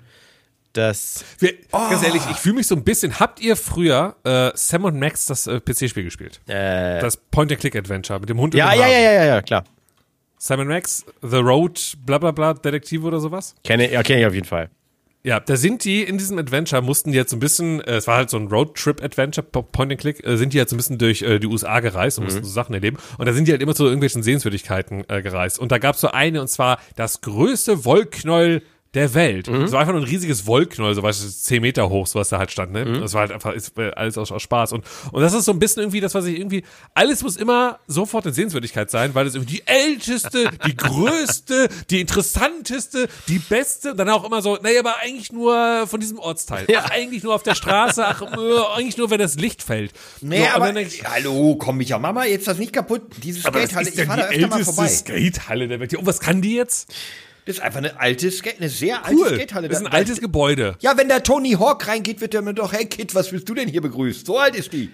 S1: Das
S3: Wir,
S1: Oh.
S3: Ganz ehrlich, ich fühle mich so ein bisschen. Habt ihr früher äh, Sam und Max das äh, PC-Spiel gespielt? Das Point-and-Click-Adventure mit dem Hund
S1: Äh. ja,
S3: und dem
S1: ja,
S3: Hasen.
S1: ja, ja, ja, ja, klar.
S3: Sam und Max, The Road, bla bla bla, Detektive oder sowas?
S1: Kenne ja, kenn ich auf jeden Fall.
S3: Ja, da sind die in diesem Adventure, mussten die jetzt so ein bisschen, äh, es war halt so ein Roadtrip-Adventure, po- Point and Click, äh, sind die jetzt so ein bisschen durch äh, die USA gereist und mussten so Sachen erleben. Und da sind die halt immer zu irgendwelchen Sehenswürdigkeiten äh, gereist. Und da gab's so eine, und zwar das größte Wollknäuel der Welt. Es war einfach nur ein riesiges Wollknäuel, so weißt du, 10 Meter hoch, so was da halt stand, ne? Das war halt einfach ist, äh, alles aus, aus Spaß. Und, und das ist so ein bisschen irgendwie das, was ich irgendwie, alles muss immer sofort eine Sehenswürdigkeit sein, weil es irgendwie die älteste, die größte, die interessanteste, die beste, und dann auch immer so, naja, aber eigentlich nur von diesem Ortsteil. Ja. Ach, eigentlich nur auf der Straße, ach, äh, eigentlich nur, wenn das Licht fällt.
S2: Nee,
S3: so, und
S2: aber
S3: dann denk ich,
S2: hallo, komm Micha, Mama, jetzt das nicht kaputt. Diese
S3: aber das
S2: Skatehalle,
S3: ist
S2: ich
S3: äh, ja
S2: fahre da
S3: die
S2: öfter mal
S3: älteste
S2: vorbei.
S3: Skatehalle der Welt. Ja, Und was kann die jetzt?
S2: Das ist einfach eine alte Skate, eine sehr alte
S3: Cool.
S2: Skatehalle.
S3: Das ist
S2: Da-
S3: ein
S2: da-
S3: altes Gebäude.
S2: Ja, wenn der Tony Hawk reingeht, wird der mir doch, hey Kid, was willst du denn hier begrüßt? So alt ist die.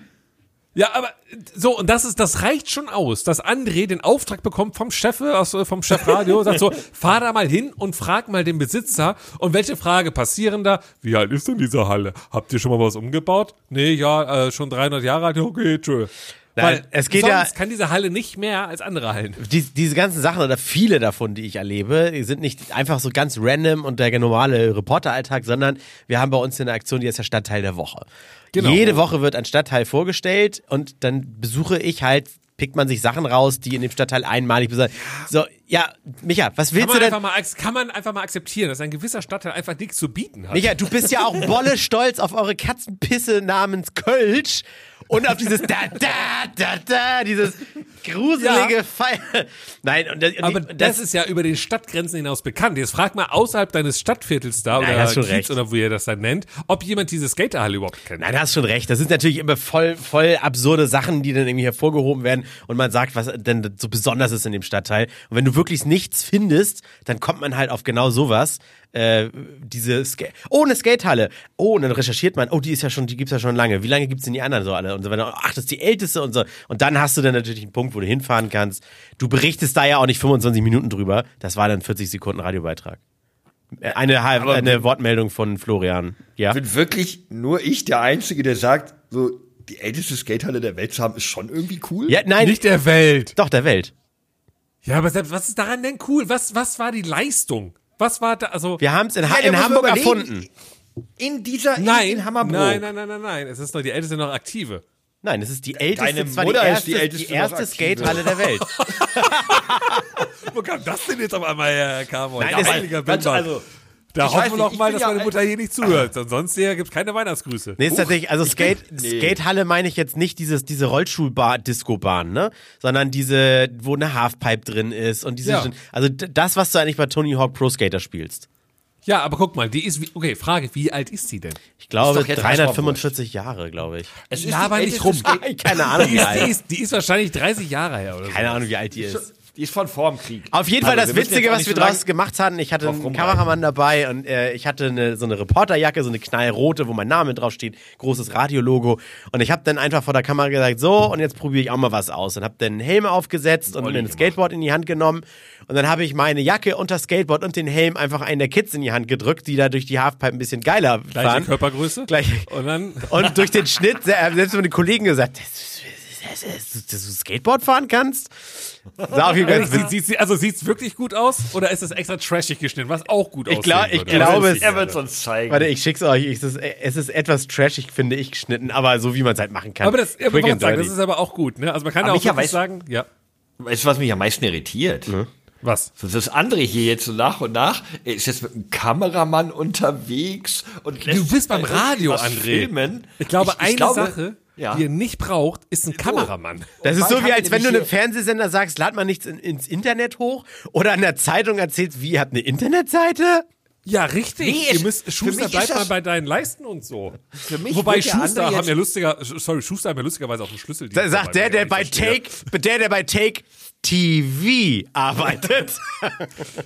S3: Ja, aber so, und das ist, das reicht schon aus, dass André den Auftrag bekommt vom Chef, aus, äh, vom Chefradio, sagt so, fahr da mal hin und frag mal den Besitzer. Und welche Frage passieren da? Wie alt ist denn diese Halle? Habt ihr schon mal was umgebaut? Nee, ja, äh, schon 300 Jahre alt. Ja, Okay, tschö.
S1: Nein, es geht
S3: sonst
S1: ja-
S3: kann diese Halle nicht mehr als andere Hallen.
S1: Die, diese ganzen Sachen oder viele davon, die ich erlebe, die sind nicht einfach so ganz random und der normale Reporteralltag, sondern wir haben bei uns eine Aktion, die ist der Stadtteil der Woche.
S3: Genau.
S1: Jede Woche wird ein Stadtteil vorgestellt und dann besuche ich halt, pickt man sich Sachen raus, die in dem Stadtteil einmalig besonders. So, ja, Micha, was
S3: Kann
S1: willst
S3: man,
S1: du denn?
S3: einfach mal, ak- kann man einfach mal akzeptieren, dass ein gewisser Stadtteil einfach nichts zu bieten hat.
S1: Micha, du bist ja auch bolle stolz auf eure Katzenpisse namens Kölsch und auf dieses da da da da, dieses gruselige
S3: Ja.
S1: Feier. Nein, und das, und
S3: Aber
S1: die- und
S3: das, ist ja über den Stadtgrenzen hinaus bekannt. Jetzt frag mal außerhalb deines Stadtviertels da
S1: Nein,
S3: oder
S1: hast schon
S3: Kiez
S1: recht.
S3: oder wo ihr das dann nennt, ob jemand diese Skaterhalle überhaupt kennt.
S1: Nein, da hast schon recht. Das sind natürlich immer voll, voll absurde Sachen, die dann irgendwie hervorgehoben werden und man sagt, was denn so besonders ist in dem Stadtteil. Und wenn du wirklich nichts findest, dann kommt man halt auf genau sowas. Äh, diese Ska oh, eine Skatehalle. Oh, und dann recherchiert man, oh, die ist ja schon, die gibt's ja schon lange. Wie lange gibt's denn die anderen so alle? Und so weiter. Ach, das ist die älteste und so. Und dann hast du dann natürlich einen Punkt, wo du hinfahren kannst. Du berichtest da ja auch nicht 25 Minuten drüber. Das war dann 40 Sekunden Radiobeitrag. Äh, Eine, eine, eine Wortmeldung von Florian. Ja.
S2: Bin wirklich nur ich der Einzige, der sagt, so, die älteste Skatehalle der Welt zu haben, ist schon irgendwie cool.
S1: ja, nein,
S3: Nicht der Welt.
S1: doch, der Welt.
S3: Ja, aber selbst, was ist daran denn cool? Was, was war die Leistung? Was war da, also.
S1: Wir haben es in, Ha-
S2: Ja, der
S1: in
S2: muss
S1: Hamburg
S2: überlegen.
S1: erfunden.
S2: In dieser, in-
S3: nein,
S2: in Hammerbrook.
S3: nein, nein, nein, nein, nein. Es ist noch die älteste noch aktive.
S1: Nein, es ist die älteste,
S2: Deine
S1: es war
S2: Mutter
S1: die
S2: ist
S1: erste,
S2: die älteste
S1: die erste
S2: noch aktive.
S1: Skatehalle der Welt.
S3: Wo kam das denn jetzt auf einmal her, Herr Carmo?
S1: Nein,
S3: Ja,
S1: das-
S3: heiliger
S2: ganz-
S3: Bimbam.
S2: also,
S3: da
S2: ich
S3: hoffen
S2: weiß
S3: wir
S2: nicht,
S3: noch
S2: ich
S3: mal,
S2: bin
S3: dass
S2: ja
S3: meine
S2: ein-
S3: Mutter hier nicht zuhört. Ansonsten hier gibt's keine Weihnachtsgrüße.
S1: Nee, ist tatsächlich, also Skate, Skatehalle meine ich jetzt nicht dieses, diese Rollschuhbar-Disco-Bahn, ne? Sondern diese, wo eine Halfpipe drin ist und diese,
S3: Ja.
S1: also d- das, was du eigentlich bei Tony Hawk Pro Skater spielst.
S3: Ja, aber guck mal, die ist, wie, okay, Frage, wie alt ist sie denn?
S1: Ich glaube,
S2: doch jetzt
S1: 345 Jahre, glaube ich.
S2: Es ist
S3: Laber
S2: die
S3: nicht
S2: älteste
S3: rum.
S2: Skate-
S1: Keine Ahnung,
S3: Die
S1: wie
S3: ist, die,
S1: alt.
S3: ist, die ist wahrscheinlich 30 Jahre her oder so.
S1: Keine Ahnung, wie alt die ist.
S2: Die ist von vorm Krieg.
S1: Auf jeden Fall
S2: Also,
S1: das
S2: wir müssen
S1: Witzige,
S2: jetzt auch
S1: was
S2: nicht
S1: wir
S2: so lange-
S1: draus gemacht hatten, ich hatte
S2: drauf
S1: einen
S2: rumreiten.
S1: Kameramann dabei und äh, ich hatte eine, so eine Reporterjacke, so eine knallrote, wo mein Name draufsteht, großes Radiologo. Und ich habe dann einfach vor der Kamera gesagt, so, und jetzt probiere ich auch mal was aus. Und habe dann einen Helm aufgesetzt und ein Skateboard in die Hand genommen. Und dann habe ich meine Jacke unter Skateboard und den Helm einfach einen der Kids in die Hand gedrückt, die da durch die Halfpipe ein bisschen geiler
S3: Gleiche
S1: waren.
S3: Körpergröße.
S1: Gleich.
S3: Und dann.
S1: Und durch den Schnitt, se- äh, selbst meine Kollegen gesagt, das ist- das ist- das ist- dass du Skateboard fahren kannst? Sah auf jeden Fall ganz
S3: Sieht, sieht, sie- also sieht's wirklich gut aus oder ist es extra trashig geschnitten, was auch gut aussieht?
S1: glaub- ich
S2: Er
S1: glaube,
S2: wird's-
S1: es-
S2: er wird es uns zeigen.
S1: Warte, ich schick's euch. Ich, es, ist, es ist etwas trashig, finde ich, geschnitten, aber so wie man es halt machen kann.
S3: Aber das, ja,
S1: Quick
S3: man
S1: and
S3: sagen, das
S1: dirty.
S3: ist aber auch gut, ne? Also man kann
S2: Aber
S3: ja auch
S2: Micha
S3: wirklich
S2: weiß-
S3: sagen, ja.
S2: Weißt du, was mich am meisten irritiert?
S3: Was?
S2: So, Das andere hier jetzt so nach und nach er ist jetzt mit einem Kameramann unterwegs und lässt
S3: bist beim
S2: äh,
S3: Radio,
S2: was
S3: André.
S2: Filmen.
S3: Ich glaube,
S2: ich
S3: eine
S2: glaube,
S3: Sache,
S2: ja.
S3: die ihr nicht braucht, ist ein Kameramann.
S1: Das ist
S2: Mann,
S1: so wie,
S2: haben
S1: als
S2: die
S1: wenn du
S2: nämlich
S1: einem
S2: hier-
S1: Fernsehsender sagst, lad mal nichts in, ins Internet hoch oder in der Zeitung erzählst, wie, ihr habt eine Internetseite?
S3: Ja, richtig.
S2: Nee,
S3: ihr
S2: es-
S3: müsst,
S2: für
S3: Schuster
S2: mich
S3: bleibt
S2: ist
S3: mal
S2: das-
S3: bei deinen Leisten und so.
S2: Für mich
S3: Wobei
S2: wird der
S3: Schuster
S2: andere
S3: haben ja
S2: jetzt-
S3: lustiger, sorry, Schuster haben ja lustigerweise auch einen Schlüssel.
S1: Da sagt der, der bei Take, der, der bei Take TV arbeitet.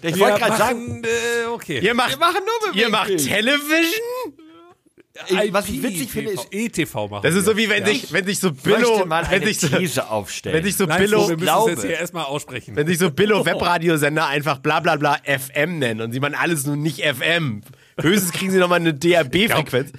S2: Ich
S3: Wir
S2: wollte gerade sagen,
S3: machen, äh, okay.
S1: ihr macht,
S2: wir machen nur
S1: ihr macht
S2: Bewegtbild.
S1: Television?
S2: Ey, Was ich witzig finde, ist,
S3: ETV E machen.
S1: Das ist
S3: wir.
S1: so wie, wenn sich, wenn sich so
S2: möchte
S1: Billo,
S2: mal
S1: wenn
S2: eine
S1: sich so,
S2: These aufstellen.
S1: wenn sich so
S3: Nein, Flo,
S1: Billo,
S3: wir müssen
S2: glaube-
S3: es jetzt hier erstmal aussprechen.
S1: Wenn sich so Billo-Webradiosender einfach bla bla bla FM nennen und sie man alles nur nicht FM. Höchstens kriegen sie nochmal eine DAB-Frequenz.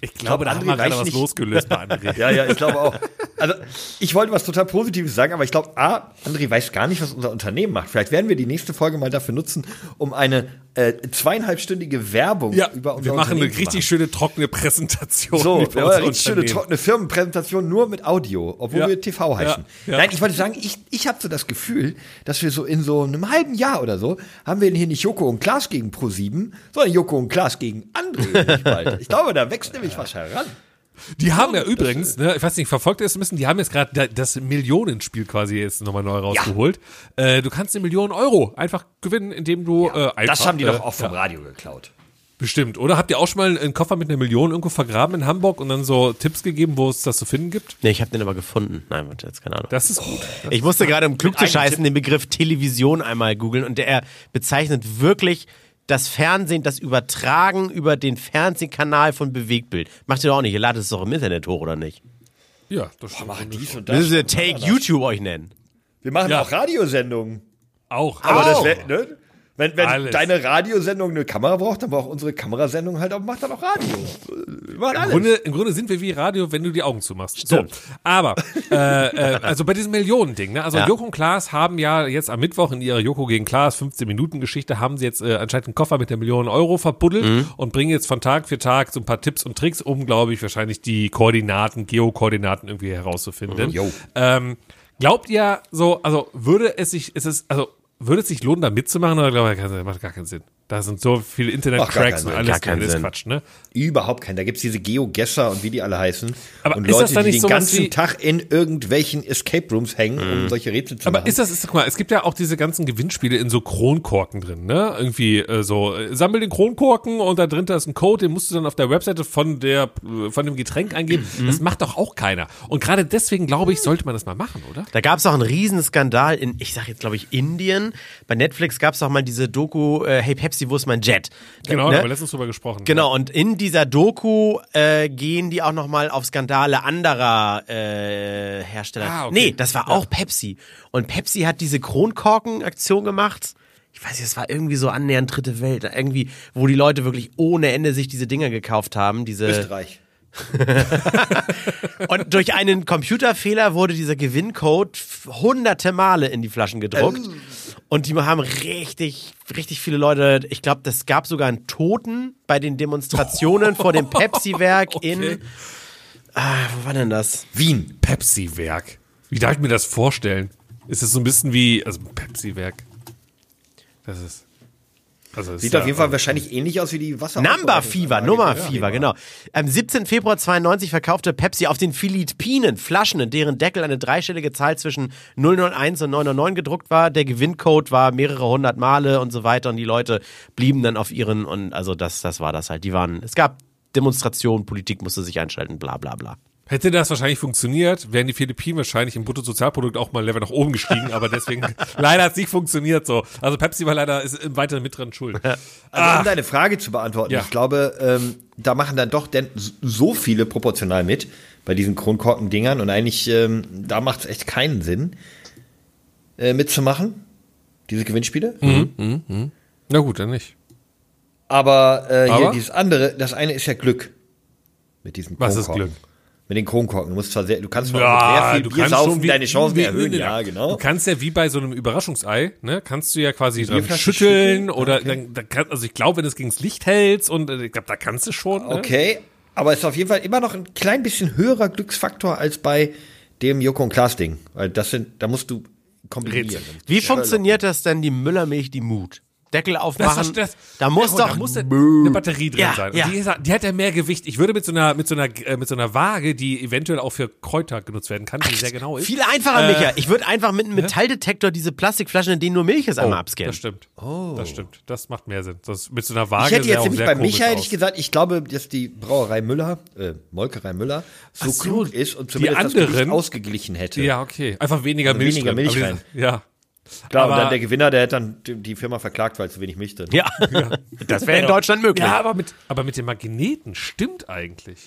S3: ich glaube, da
S2: André
S3: haben wir gerade
S2: weiß
S3: was
S2: nicht-
S3: losgelöst bei André.
S2: Ja, ja, ich glaube auch. Also, ich wollte was total Positives sagen, aber ich glaube, A, André weiß gar nicht, was unser Unternehmen macht. Vielleicht werden wir die nächste Folge mal dafür nutzen, um eine äh, zweieinhalbstündige Werbung
S3: Ja,
S2: über unser
S3: wir machen eine
S2: Unternehmen zu
S3: richtig schöne trockene Präsentation.
S2: So,
S3: über
S2: wir haben
S3: unser
S2: eine richtig schöne
S3: Unternehmen.
S2: trockene Firmenpräsentation nur mit Audio, obwohl
S3: Ja.
S2: wir TV heißen.
S3: Ja, ja.
S2: Nein, ich wollte sagen, ich, ich habe so das Gefühl, dass wir so in so einem halben Jahr oder so haben wir hier nicht Joko und Klaas gegen Pro7, sondern Joko und Klaas gegen André. nämlich bald. ich glaube, da wächst nämlich was heran.
S3: Die haben ja übrigens, ne, ich weiß nicht, verfolgt ihr es ein bisschen, die haben jetzt gerade da- das Millionenspiel quasi jetzt nochmal neu rausgeholt. Äh, du kannst eine Million Euro einfach gewinnen, indem du äh, einfach.
S2: Das haben die doch
S3: äh,
S2: auch vom Radio geklaut.
S3: Bestimmt, oder? Habt ihr auch schon mal einen Koffer mit einer Million irgendwo vergraben in Hamburg und dann so Tipps gegeben, wo es das zu finden gibt?
S1: Nee, ich habe den aber gefunden. Nein, warte, jetzt keine Ahnung.
S3: Das ist gut.
S2: Oh,
S1: ich musste gerade, um klug zu
S2: einem
S1: scheißen, den Begriff Television einmal googeln und der bezeichnet wirklich das Fernsehen, das Übertragen über den Fernsehkanal von Bewegtbild. Macht ihr doch auch nicht. Ihr ladet es doch im Internet hoch, oder nicht?
S3: Ja, das stimmt.
S2: Dies und
S1: Müsst ihr Take YouTube euch nennen.
S2: Wir machen
S3: Ja.
S2: auch Radiosendungen.
S3: Auch.
S2: Aber das
S3: Auch.
S2: wär, ne? Wenn, wenn
S3: Alles.
S2: deine Radiosendung eine Kamera braucht, dann braucht unsere Kamerasendung halt auch, macht dann auch Radio. Wir machen
S3: Im
S2: alles.
S3: Grunde, Im Grunde sind wir wie Radio, wenn du die Augen zumachst. So, aber äh, äh, also bei diesem Millionending, ne? also
S1: Ja.
S3: Joko und Klaas haben ja jetzt am Mittwoch in ihrer Joko gegen Klaas 15 Minuten Geschichte haben sie jetzt äh, anscheinend einen Koffer mit der Million Euro verbuddelt
S2: Mhm.
S3: und bringen jetzt von Tag für Tag so ein paar Tipps und Tricks, um glaube ich wahrscheinlich die Koordinaten, Geokoordinaten irgendwie herauszufinden.
S2: Jo.
S3: Ähm, glaubt ihr so, also würde es sich, ist es also würde es sich lohnen, da mitzumachen oder glaubt ihr, das macht gar keinen Sinn? Da sind so viele
S2: Macht gar
S3: Internet-Cracks
S2: keinen
S3: und
S2: Sinn,
S3: alles,
S1: gar keinen
S3: alles
S1: Sinn.
S3: Quatsch, ne?
S2: Überhaupt kein. Da gibt's diese Geo-Gesser und wie die alle heißen.
S3: Aber
S2: und
S3: ist das dann
S2: die
S3: nicht
S2: den
S3: sowas
S2: ganzen
S3: wie- Mhm.
S2: Tag in irgendwelchen Escape Rooms hängen, um solche Rätsel zu
S3: Aber
S2: machen.
S3: ist das, ist, guck mal, es gibt ja auch diese ganzen Gewinnspiele in so Kronkorken drin, ne? Irgendwie äh, so, äh, sammel den Kronkorken und da drin da ist ein Code, den musst du dann auf der Webseite von der, äh, von dem Getränk eingeben. Das macht doch auch keiner. Und gerade deswegen, glaube ich, sollte man das mal machen, oder?
S1: Da gab es auch einen Riesenskandal in, ich sag jetzt glaube ich, Indien. Bei Netflix gab es auch mal diese Doku, äh, Hey Pepsi, wo ist mein Jet?
S3: Genau, da
S1: ne?
S3: haben wir letztens drüber gesprochen.
S1: Genau, und in dieser Doku äh, gehen die auch nochmal auf Skandale anderer äh, Hersteller.
S3: Ah, okay.
S1: Nee, das war auch Pepsi. Und Pepsi hat diese Kronkorken-Aktion gemacht. Ich ich weiß nicht, es war irgendwie so annähernd dritte Welt, irgendwie, wo die Leute wirklich ohne Ende sich diese Dinger gekauft haben, diese
S2: Österreich.
S1: und durch einen Computerfehler wurde dieser Gewinncode f- hunderte Male in die Flaschen gedruckt. Und die haben richtig, richtig viele Leute, ich glaube, das gab sogar einen Toten bei den Demonstrationen vor dem Pepsi-Werk in. Ah, wo war denn das?
S2: Wien.
S3: Pepsi-Werk. Wie darf ich mir das vorstellen? Ist das so ein bisschen wie, also Pepsi-Werk. Das ist. Also das
S2: Sieht
S3: ist ja-
S2: auf jeden Fall wahrscheinlich ähnlich aus wie die Wasser.
S1: Number Fever, Nummer Fever, genau. Am 17. Februar 92 verkaufte Pepsi auf den Philippinen Flaschen, in deren Deckel eine dreistellige Zahl zwischen 001 und 999 gedruckt war. Der Gewinncode war mehrere hundert Male und so weiter und die Leute blieben dann auf ihren und also das, das war das halt. Die waren, es gab Demonstrationen, Politik musste sich einschalten, bla bla bla.
S3: Hätte das wahrscheinlich funktioniert, wären die Philippinen wahrscheinlich im Bruttosozialprodukt auch mal ein Level nach oben gestiegen, aber deswegen, leider hat es nicht funktioniert so. Also Pepsi war leider ist im weiteren Mittleren schuld.
S2: Also, um deine Frage zu beantworten,
S3: Ja.
S2: ich glaube, ähm, da machen dann doch denn s- so viele proportional mit bei diesen Kronkorken-Dingern und eigentlich, ähm, da macht es echt keinen Sinn, äh, mitzumachen, diese Gewinnspiele.
S3: Mhm. Na gut, dann nicht.
S2: Aber, äh, hier
S3: Aber?
S2: dieses andere, das eine ist ja Glück. Mit diesem
S3: Was ist
S2: Kronkorken.
S3: Glück?
S2: Mit den Kronkorken. Du musst zwar sehr, du kannst zwar
S3: Ja,
S2: auch mit sehr
S3: du
S2: viel Bier
S3: kannst schon
S2: saufen,
S3: wie,
S2: deine Chancen
S3: wie-
S2: erhöhen.
S3: wie-
S2: Ja,
S3: Du
S2: genau.
S3: kannst ja wie bei so einem Überraschungsei, ne, kannst du ja quasi dran schütteln,
S2: Bierflasche schütteln?
S3: oder dann, dann kann, also ich glaube, wenn du es gegens Licht hältst und äh, ich glaube, da kannst du schon. Ne?
S2: Okay, aber ist auf jeden Fall immer noch ein klein bisschen höherer Glücksfaktor als bei dem Joko und Klaas Ding, weil das sind, da musst du kombinieren.
S3: Rätsel.
S1: Wie funktioniert das denn, die Müllermilch, die Mut? Deckel aufmachen, da muss
S3: Ja,
S1: doch...
S3: da muss da eine Batterie drin
S1: Ja,
S3: sein. Und
S1: ja.
S3: Die, ist, die hat ja mehr Gewicht. Ich würde mit so einer mit so einer äh, mit so einer Waage, die eventuell auch für Kräuter genutzt werden kann, die sehr genau ist.
S1: viel einfacher, Micha. Ich würde einfach mit einem Metalldetektor diese Plastikflaschen, in denen nur Milch ist, einmal abscannen.
S3: Oh, Das stimmt. Das stimmt. Das macht mehr Sinn. Das mit so einer
S2: Oh.
S3: Waage
S2: Ich hätte
S3: sah
S2: jetzt
S3: auch
S2: nämlich
S3: sehr
S2: bei
S3: komisch
S2: Micha hätte
S3: aus.
S2: ich gesagt, ich glaube, dass die Brauerei Müller, äh, Molkerei Müller, so,
S3: so,
S2: klug ist und zumindest das
S3: anderen-
S2: Gewicht ausgeglichen hätte.
S3: Ja, okay. Einfach weniger
S2: Also
S3: Milch
S2: weniger
S3: drin.
S2: Milch
S3: Aber
S2: rein.
S3: die- Ja.
S2: Klar, und
S3: aber-
S2: dann der Gewinner, der hätte dann die- die Firma verklagt, weil zu wenig Milch drin.
S1: Ja, das wäre in Deutschland möglich.
S3: Genau. Ja,
S1: Ja.
S3: aber mit, aber mit dem Magneten stimmt eigentlich.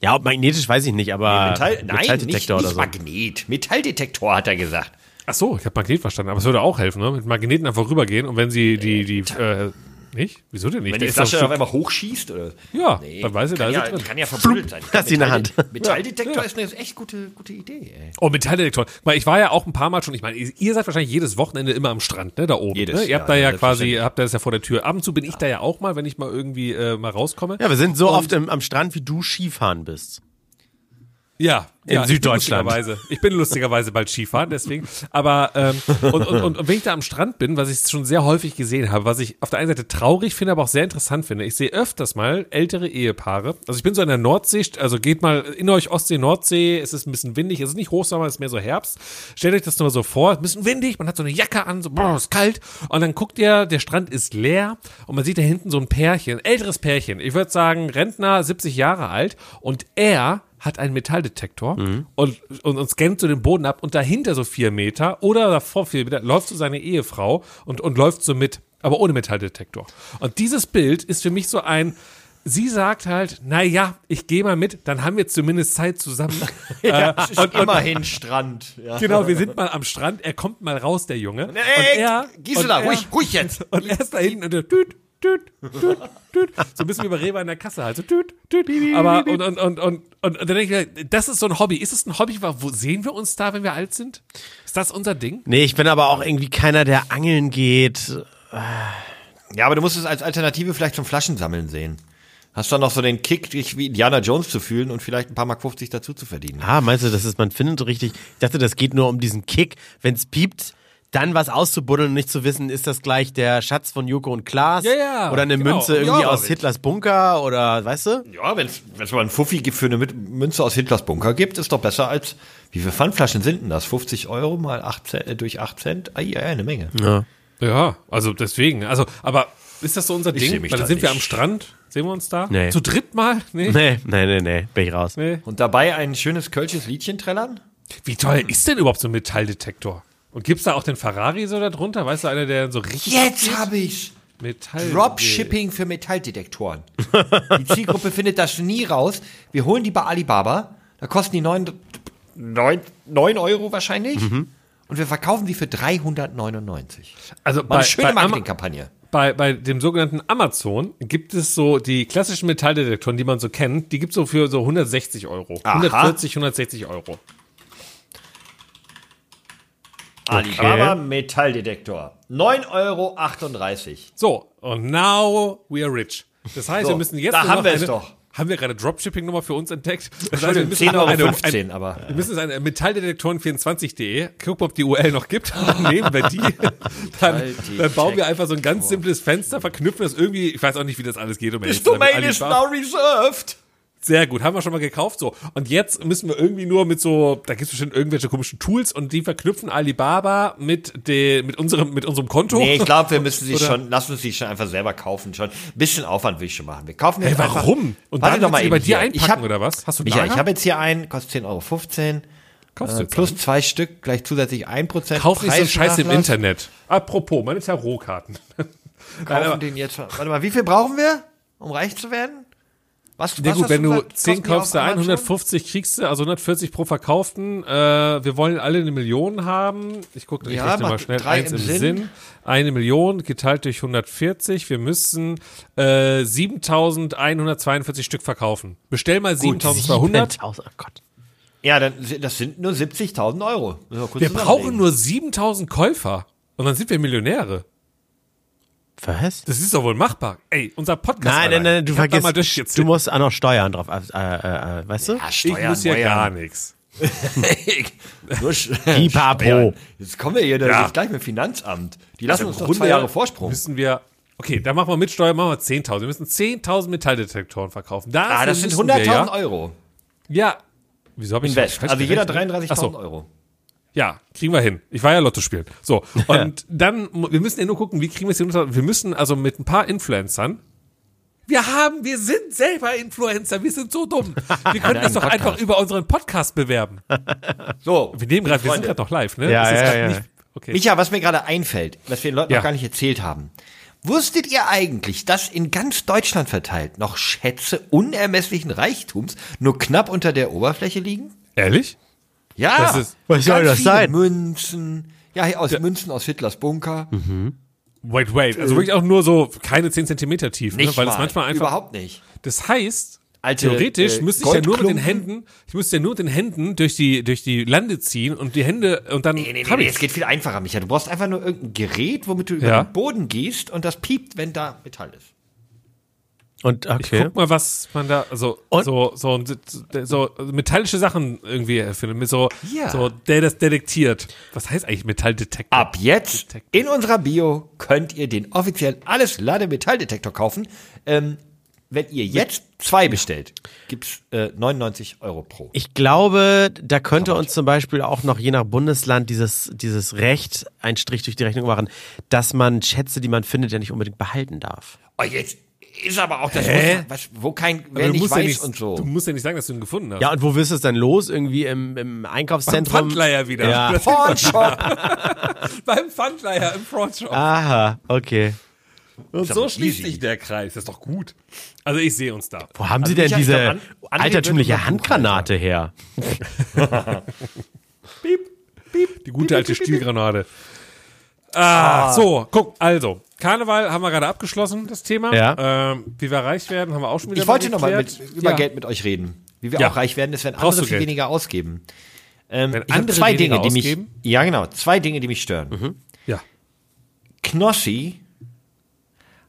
S1: ob magnetisch weiß ich nicht, aber
S2: Metall, nein, nicht, nicht
S1: Metalldetektor oder so.
S2: Magnet. Metalldetektor hat er gesagt.
S3: Ach so, ich habe Magnet verstanden, aber es würde auch helfen, ne? Mit Magneten einfach rübergehen und wenn sie die die äh, nicht? Wieso denn nicht?
S2: Wenn
S3: Da
S2: die
S3: ist doch
S2: Flasche
S3: so-
S2: auf einmal hochschießt oder.
S3: Ja, dann weiß ich, da
S2: kann
S3: ist
S2: ja,
S3: es drin.
S2: Kann ja verbuddelt sein.
S1: Hast sie in der Hand.
S2: Metalldetektor ist eine echt gute, gute Idee. Ey.
S3: Oh, Metalldetektor. Weil ich war ja auch ein paar Mal schon, ich meine, ihr seid wahrscheinlich jedes Wochenende immer am Strand, ne, da oben.
S2: Jedes,
S3: ne? Ihr habt
S2: ja,
S3: da ja,
S2: ja,
S3: quasi,
S2: selbstverständlich.
S3: habt das ja vor der Tür. Ab und zu bin ich da ja auch mal, wenn ich mal irgendwie äh, mal rauskomme.
S1: Ja, wir sind so oft im, am Strand, wie du Skifahren bist.
S3: Ja, in ja,
S1: Süddeutschland.
S3: Ich bin, lustigerweise, ich bin lustigerweise bald Skifahren, deswegen. Aber ähm, und, und, und, und wenn ich da am Strand bin, was ich schon sehr häufig gesehen habe, was ich auf der einen Seite traurig finde, aber auch sehr interessant finde, ich sehe öfters mal ältere Ehepaare. Also ich bin so an der Nordsee, also geht mal in euch Ostsee, Nordsee, es ist ein bisschen windig, es ist nicht Hochsommer, es ist mehr so Herbst. Stellt euch das nur mal so vor, ein bisschen windig, man hat so eine Jacke an, so boah, ist kalt. Und dann guckt ihr, der Strand ist leer und man sieht da hinten so ein Pärchen, älteres Pärchen. Ich würde sagen, Rentner, 70 Jahre alt und er hat einen Metalldetektor und, und, und scannt so den Boden ab und dahinter so vier Meter oder davor vier Meter läuft so seine Ehefrau und, und läuft so mit, aber ohne Metalldetektor. Und dieses Bild ist für mich so ein, sie sagt halt, naja, ich gehe mal mit, dann haben wir zumindest Zeit zusammen. Äh, und, und,
S2: Immerhin Strand. Ja.
S3: genau, wir sind mal am Strand, er kommt mal raus, der Junge. Und
S2: Ey,
S3: er,
S2: Gisela,
S3: und er-
S2: ruhig, ruhig jetzt.
S3: und er ist da hinten und der tüt, tüt, tüt, tüt. So ein bisschen wie bei Rewe an der Kasse halt. So tüt, tüt. Aber und, und, und, und, und, und dann denke ich, mir, das ist so ein Hobby. Ist es ein Hobby? Wo sehen wir uns da, wenn wir alt sind? Ist das unser Ding?
S1: Nee, ich bin aber auch irgendwie keiner, der angeln geht.
S2: Ja, aber du musst es als Alternative vielleicht zum Flaschensammeln sehen. Hast dann noch so den Kick, dich wie Indiana Jones zu fühlen und vielleicht ein paar Mark 50 dazu zu verdienen.
S1: Ah, meinst du, das ist, man findet richtig. Ich dachte, das geht nur um diesen Kick. Wenn es piept, dann was auszubuddeln und nicht zu wissen, ist das gleich der Schatz von Joko und Klaas?
S3: Ja, ja,
S1: Oder eine
S3: genau.
S1: Münze irgendwie
S2: Ja,
S1: aus
S2: aber-
S1: Hitlers Bunker oder, weißt du?
S2: Ja, wenn es mal einen Fuffi gibt für eine Mit- Münze aus Hitlers Bunker gibt, ist doch besser als, wie viele Pfandflaschen sind denn das? 50 Euro mal 8 Cent, äh, durch 8 Cent? Ei, ei, ei, eine Menge.
S3: Ja, also deswegen. Also, aber ist das so unser
S2: seh
S3: Ding?
S2: mich
S3: Weil
S2: da
S3: dann sind wir am
S2: nicht.
S3: Strand. Sehen wir uns da?
S1: Nee.
S3: Zu dritt mal? Nee.
S1: Nee, nee, nee, nee, bin ich raus.
S3: nee.
S2: Und dabei ein schönes kölsches Liedchen trällern?
S3: Wie teuer ist denn überhaupt so ein Metalldetektor? Und gibt's da auch den Ferrari so da drunter? Weißt du, einer, der so richtig
S2: Jetzt habe ich's!
S3: Metall.
S2: Dropshipping für Metalldetektoren. Die Zielgruppe findet das nie raus. Wir
S3: Mhm.
S2: holen die bei Alibaba. Da kosten die 9, neun neun Euro wahrscheinlich. und wir verkaufen sie für 399.
S3: Also
S2: War
S3: bei,
S2: eine schöne
S3: bei, Ama-
S2: Marketingkampagne.
S3: bei, bei dem sogenannten Amazon gibt es so die klassischen Metalldetektoren, die man so kennt, die gibt es so für so 160 Euro.
S2: Aha.
S3: 140, 160 Euro.
S2: Alibaba Metalldetektor. 9,38 Euro.
S3: So, und now we are rich. Das heißt,
S2: So,
S3: wir müssen jetzt
S2: da
S3: nur noch
S2: haben wir es
S3: eine-
S2: doch.
S3: Haben wir gerade Dropshipping-Nummer für uns entdeckt? Das heißt, wir müssen
S2: 10,15
S3: noch eine-
S2: Euro,
S3: ein-
S2: aber.
S3: Wir müssen es an metalldetektoren24.de. Guck mal, ob die URL noch gibt. Dann nehmen wir die. Dann, dann bauen wir einfach so ein ganz simples Fenster, verknüpfen das irgendwie. Ich weiß auch nicht, wie das alles geht. Um
S2: Das Domain ist now reserved.
S3: Sehr gut, haben wir schon mal gekauft. So. Und jetzt müssen wir irgendwie nur mit so, da gibt es bestimmt irgendwelche komischen Tools und die verknüpfen Alibaba mit, de, mit, unserem, mit unserem Konto.
S2: Nee, ich glaube, wir müssen sie
S3: Oder-
S2: schon, lass uns sie schon einfach selber kaufen. Schon ein bisschen Aufwand will ich schon machen. Wir kaufen
S3: Ey,
S2: jetzt einfach-
S3: warum? Und
S2: Warte
S3: dann
S2: doch mal
S3: willst du die
S2: eben
S3: bei dir
S2: hier.
S3: einpacken,
S2: ich hab,
S3: oder was? Hast du einen
S2: Michael,
S3: Lager?
S2: ich habe jetzt hier einen, kostet 10,15 Euro.
S3: Kaufst du
S2: Äh,
S3: jetzt
S2: plus
S3: einen?
S2: zwei Stück, gleich zusätzlich 1%.
S3: Kauf nicht so einen Scheiß im
S2: Preisnachlass.
S3: Internet. Apropos, meine Tarotkarten.
S2: Kaufen den jetzt schon. Warte mal, wie viel brauchen wir, um reich zu werden? Was,
S3: Na
S2: was
S3: gut,
S2: hast
S3: wenn du
S2: gesagt,
S3: 10
S2: kosten die
S3: kaufst, da
S2: auf Amazon?
S3: 150 kriegst du, also 140 pro verkauften. Äh, wir wollen alle eine Million haben. Ich gucke ich
S2: Ja,
S3: rechne mal
S2: macht
S3: schnell.
S2: drei
S3: Eins im
S2: im
S3: Sinn.
S2: Sinn.
S3: Eine Million geteilt durch 140. Wir müssen äh, 7.142 Stück verkaufen. Bestell mal 7.200.
S1: 7000, oh Gott.
S2: Ja, dann, si- das sind nur 70.000 Euro. Müssen kurz
S3: Wir brauchen
S2: zusammenlegen.
S3: nur 7.000 Käufer. Und dann sind wir Millionäre.
S1: Was?
S3: Das ist doch wohl machbar. Ey, unser Podcast.
S1: Nein, nein,
S3: allein.
S1: nein, du
S3: Ich hab da
S1: vergisst.
S3: Mal durch jetzt
S1: du musst auch noch Steuern drauf, äh, äh, äh, weißt du?
S2: Ja,
S3: ich
S2: Steuern,
S3: muss ja
S2: Meuern.
S3: gar nichts.
S2: Nur Sch-
S1: Pipapo.
S2: Steuern. Jetzt kommen wir hier dann
S3: Oh. Ja. Also
S2: jetzt gleich mit dem Finanzamt. Die lassen uns
S3: im
S2: noch zwei
S3: Grunde
S2: Jahre Vorsprung.
S3: Müssen wir. Okay, da machen wir mit Steuer, machen wir 10.000. Wir müssen 10.000 Metalldetektoren verkaufen. Das
S2: Ah, das sind
S3: müssen wir,
S2: 100.000
S3: ja?
S2: Euro.
S3: Ja. Wieso habe ich
S2: Invest.
S3: falsch
S2: Also jeder
S3: gerechnet?
S2: 33.000
S3: Ach so,
S2: Euro.
S3: Ja, kriegen wir hin. Ich war ja Lotto spielen. So, und dann, mu- wir müssen ja nur gucken, wie kriegen wir es hin. Wir müssen also mit ein paar Influencern. Wir haben, wir sind selber Influencer, wir sind so dumm. Wir können das doch einfach über unseren Podcast bewerben.
S2: So.
S3: Wir nehmen gerade, wir sind
S2: Freunde.
S3: gerade noch live, ne?
S1: Ja,
S3: Das ist
S1: ja,
S3: grad
S1: ja.
S3: nicht- Okay.
S2: Micha, was mir gerade einfällt, was wir den Leuten
S3: Ja.
S2: noch gar nicht erzählt haben. Wusstet ihr eigentlich, dass in ganz Deutschland verteilt noch Schätze unermesslichen Reichtums nur knapp unter der Oberfläche liegen?
S3: Ehrlich?
S2: Ja.
S3: Das ist-
S1: Was soll
S2: Ganz
S1: das
S2: viele
S1: sein?
S2: Münzen. Ja, hier aus Münzen aus Hitlers Bunker.
S3: Mhm. Wait, wait. Also wirklich auch nur so keine 10 Zentimeter tief, ne?
S2: Äh, Nicht
S3: Weil es
S2: mal.
S3: manchmal einfach
S2: Überhaupt nicht.
S3: Das heißt,
S2: Alte,
S3: theoretisch
S2: äh,
S3: müsste ich ja nur mit den
S2: Goldklumpen?
S3: Händen, ich müsste ja nur mit den Händen durch die, durch die Lande ziehen und die Hände und dann
S2: Nee, nee, nee,
S3: hab
S2: nee,
S3: ich's.
S2: es geht viel einfacher, Micha. Du brauchst einfach nur irgendein Gerät, womit du über
S3: Ja.
S2: den Boden gehst und das piept, wenn da Metall ist.
S1: Und okay.
S3: Guck mal, was man da, also
S1: Und-
S3: so, so, so metallische Sachen irgendwie erfindet, mit so,
S2: Ja.
S3: so, der das detektiert. Was heißt eigentlich Metalldetektor?
S2: Ab jetzt in unserer Bio könnt ihr den offiziellen alles lade Metalldetektor kaufen. Ähm, wenn ihr jetzt zwei bestellt, gibt's äh, 99 Euro pro.
S1: Ich glaube, da könnte uns zum Beispiel auch noch je nach Bundesland dieses, dieses Recht einen Strich durch die Rechnung machen, dass man Schätze, die man findet, ja nicht unbedingt behalten darf.
S2: Oh, jetzt ist aber auch das,
S3: Hä?
S2: was, wo kein,
S3: Aber
S2: wer
S3: du
S2: nicht
S3: musst
S2: weiß
S3: ja nicht,
S2: und so.
S3: Du musst ja nicht sagen, dass du ihn gefunden hast.
S1: Ja, und wo wirst du es dann los? Irgendwie im, im Einkaufszentrum?
S3: Beim Pfandleiher wieder.
S1: Ja.
S2: Pornshop.
S3: Beim Pfandleiher im Frontshop.
S1: Aha, okay.
S3: und so
S2: aber
S3: schließt
S2: easy.
S3: sich der Kreis. Das ist doch gut. Also ich sehe uns da.
S1: Wo haben
S2: Also
S1: Sie denn
S2: Micha, ich
S1: diese
S2: glaub, an- André wird
S1: altertümliche
S2: immer
S1: Handgranate her?
S3: Die gute alte Stielgranate. Ah, so, guck, also. Karneval haben wir gerade abgeschlossen, das Thema.
S1: Ja.
S3: Ähm, wie wir reich werden, haben wir auch schon wieder
S2: Ich wollte nochmal
S3: geklärt.
S2: mit, über
S3: Ja.
S2: Geld mit euch reden. Wie wir
S3: Ja.
S2: auch reich werden, ist, wenn
S3: Brauchst
S2: andere
S3: du
S2: viel
S3: Geld?
S2: weniger ausgeben. Ähm,
S3: Wenn
S2: ich hab
S3: andere
S2: zwei
S3: weniger
S2: Dinge, die mich,
S3: ausgeben?
S2: ja genau, zwei Dinge, die mich stören.
S3: Ja.
S2: Knossi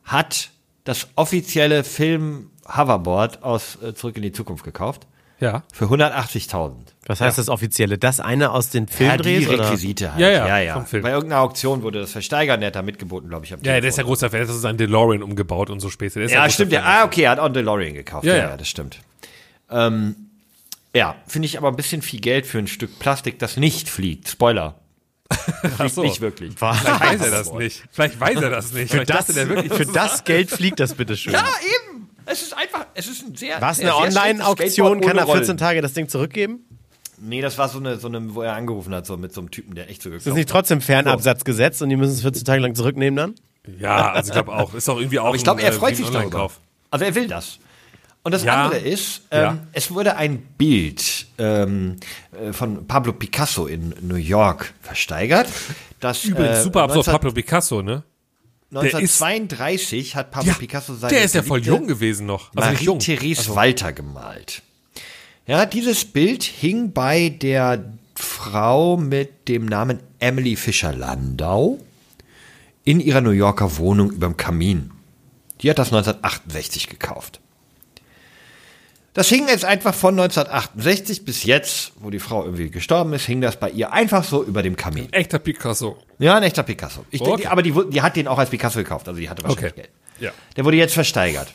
S2: hat das offizielle Film Hoverboard aus äh, Zurück in die Zukunft gekauft
S3: Ja.
S2: für 180.000.
S1: Was heißt das offizielle? Das eine aus den
S2: Ja, die
S1: Filmdrehs? oder?
S2: Requisite halt.
S3: Ja, ja, vom Film.
S2: Bei irgendeiner Auktion wurde das versteigert, der hat da mitgeboten, glaube ich. am
S3: Ja, der
S2: Telefon.
S3: ist ja großer Fan. Das ist ein DeLorean umgebaut und so Späße. Der ist
S2: Ja,
S3: großer
S2: stimmt. Ja.
S3: Fan.
S2: Ah, okay, er hat auch einen DeLorean gekauft.
S3: Ja,
S2: Ja,
S3: ja.
S2: ja, das stimmt. Ähm, ja, finde ich aber ein bisschen viel Geld für ein Stück Plastik, das nicht fliegt. Spoiler. Das fliegt
S3: so.
S2: nicht wirklich.
S3: Vielleicht weiß er das nicht. Vielleicht weiß er das nicht. Vielleicht
S1: Das,
S3: dachte der wirklich,
S1: für das Geld fliegt das bitteschön.
S2: Ja, eben. Es ist einfach, es ist ein sehr.
S1: Was,
S2: ein
S1: eine
S2: sehr schlechtes
S1: Online-Auktion?
S2: Skateboard
S1: Kann
S2: ohne
S1: er 14
S2: Rollen.
S1: Tage das Ding zurückgeben?
S2: Nee, das war so eine, so eine, wo er angerufen hat, so mit so einem Typen, der echt so
S1: Ist
S2: gekommen
S1: das nicht trotzdem Fernabsatzgesetz und die müssen es 14 Tage lang zurücknehmen dann?
S3: ja, also ich glaube auch. Ist doch irgendwie auch.
S2: Aber ich glaube,
S3: ein,
S2: er
S3: äh,
S2: freut
S3: wie ein
S2: sich darüber.
S3: Online-Kauf.
S2: Also er will das. Und das
S3: Ja.
S2: andere ist, ähm,
S3: Ja.
S2: es wurde ein Bild ähm, äh, von Pablo Picasso in New York versteigert. Das,
S3: Übrigens
S2: äh,
S3: super absurd,
S2: 19
S3: Pablo Picasso, ne? der ist-
S2: 1932 hat Pablo Picasso seine
S3: der ist ja voll
S2: geliebte
S3: jung gewesen noch. Also nicht jung.
S2: Marie-Therese Walter gemalt. Ja, dieses Bild hing bei der Frau mit dem Namen Emily Fischer-Landau in ihrer New Yorker Wohnung überm Kamin. Die hat das 1968 gekauft. Das hing jetzt einfach von 1968 bis jetzt, wo die Frau irgendwie gestorben ist, hing das bei ihr einfach so über dem Kamin.
S3: Echter Picasso.
S2: Ja, ein echter Picasso. Ich denke,
S3: Okay.
S2: aber die, wu- die hat den auch als Picasso gekauft, also die hatte wahrscheinlich
S3: Okay.
S2: Geld.
S3: Ja.
S2: Der wurde jetzt versteigert.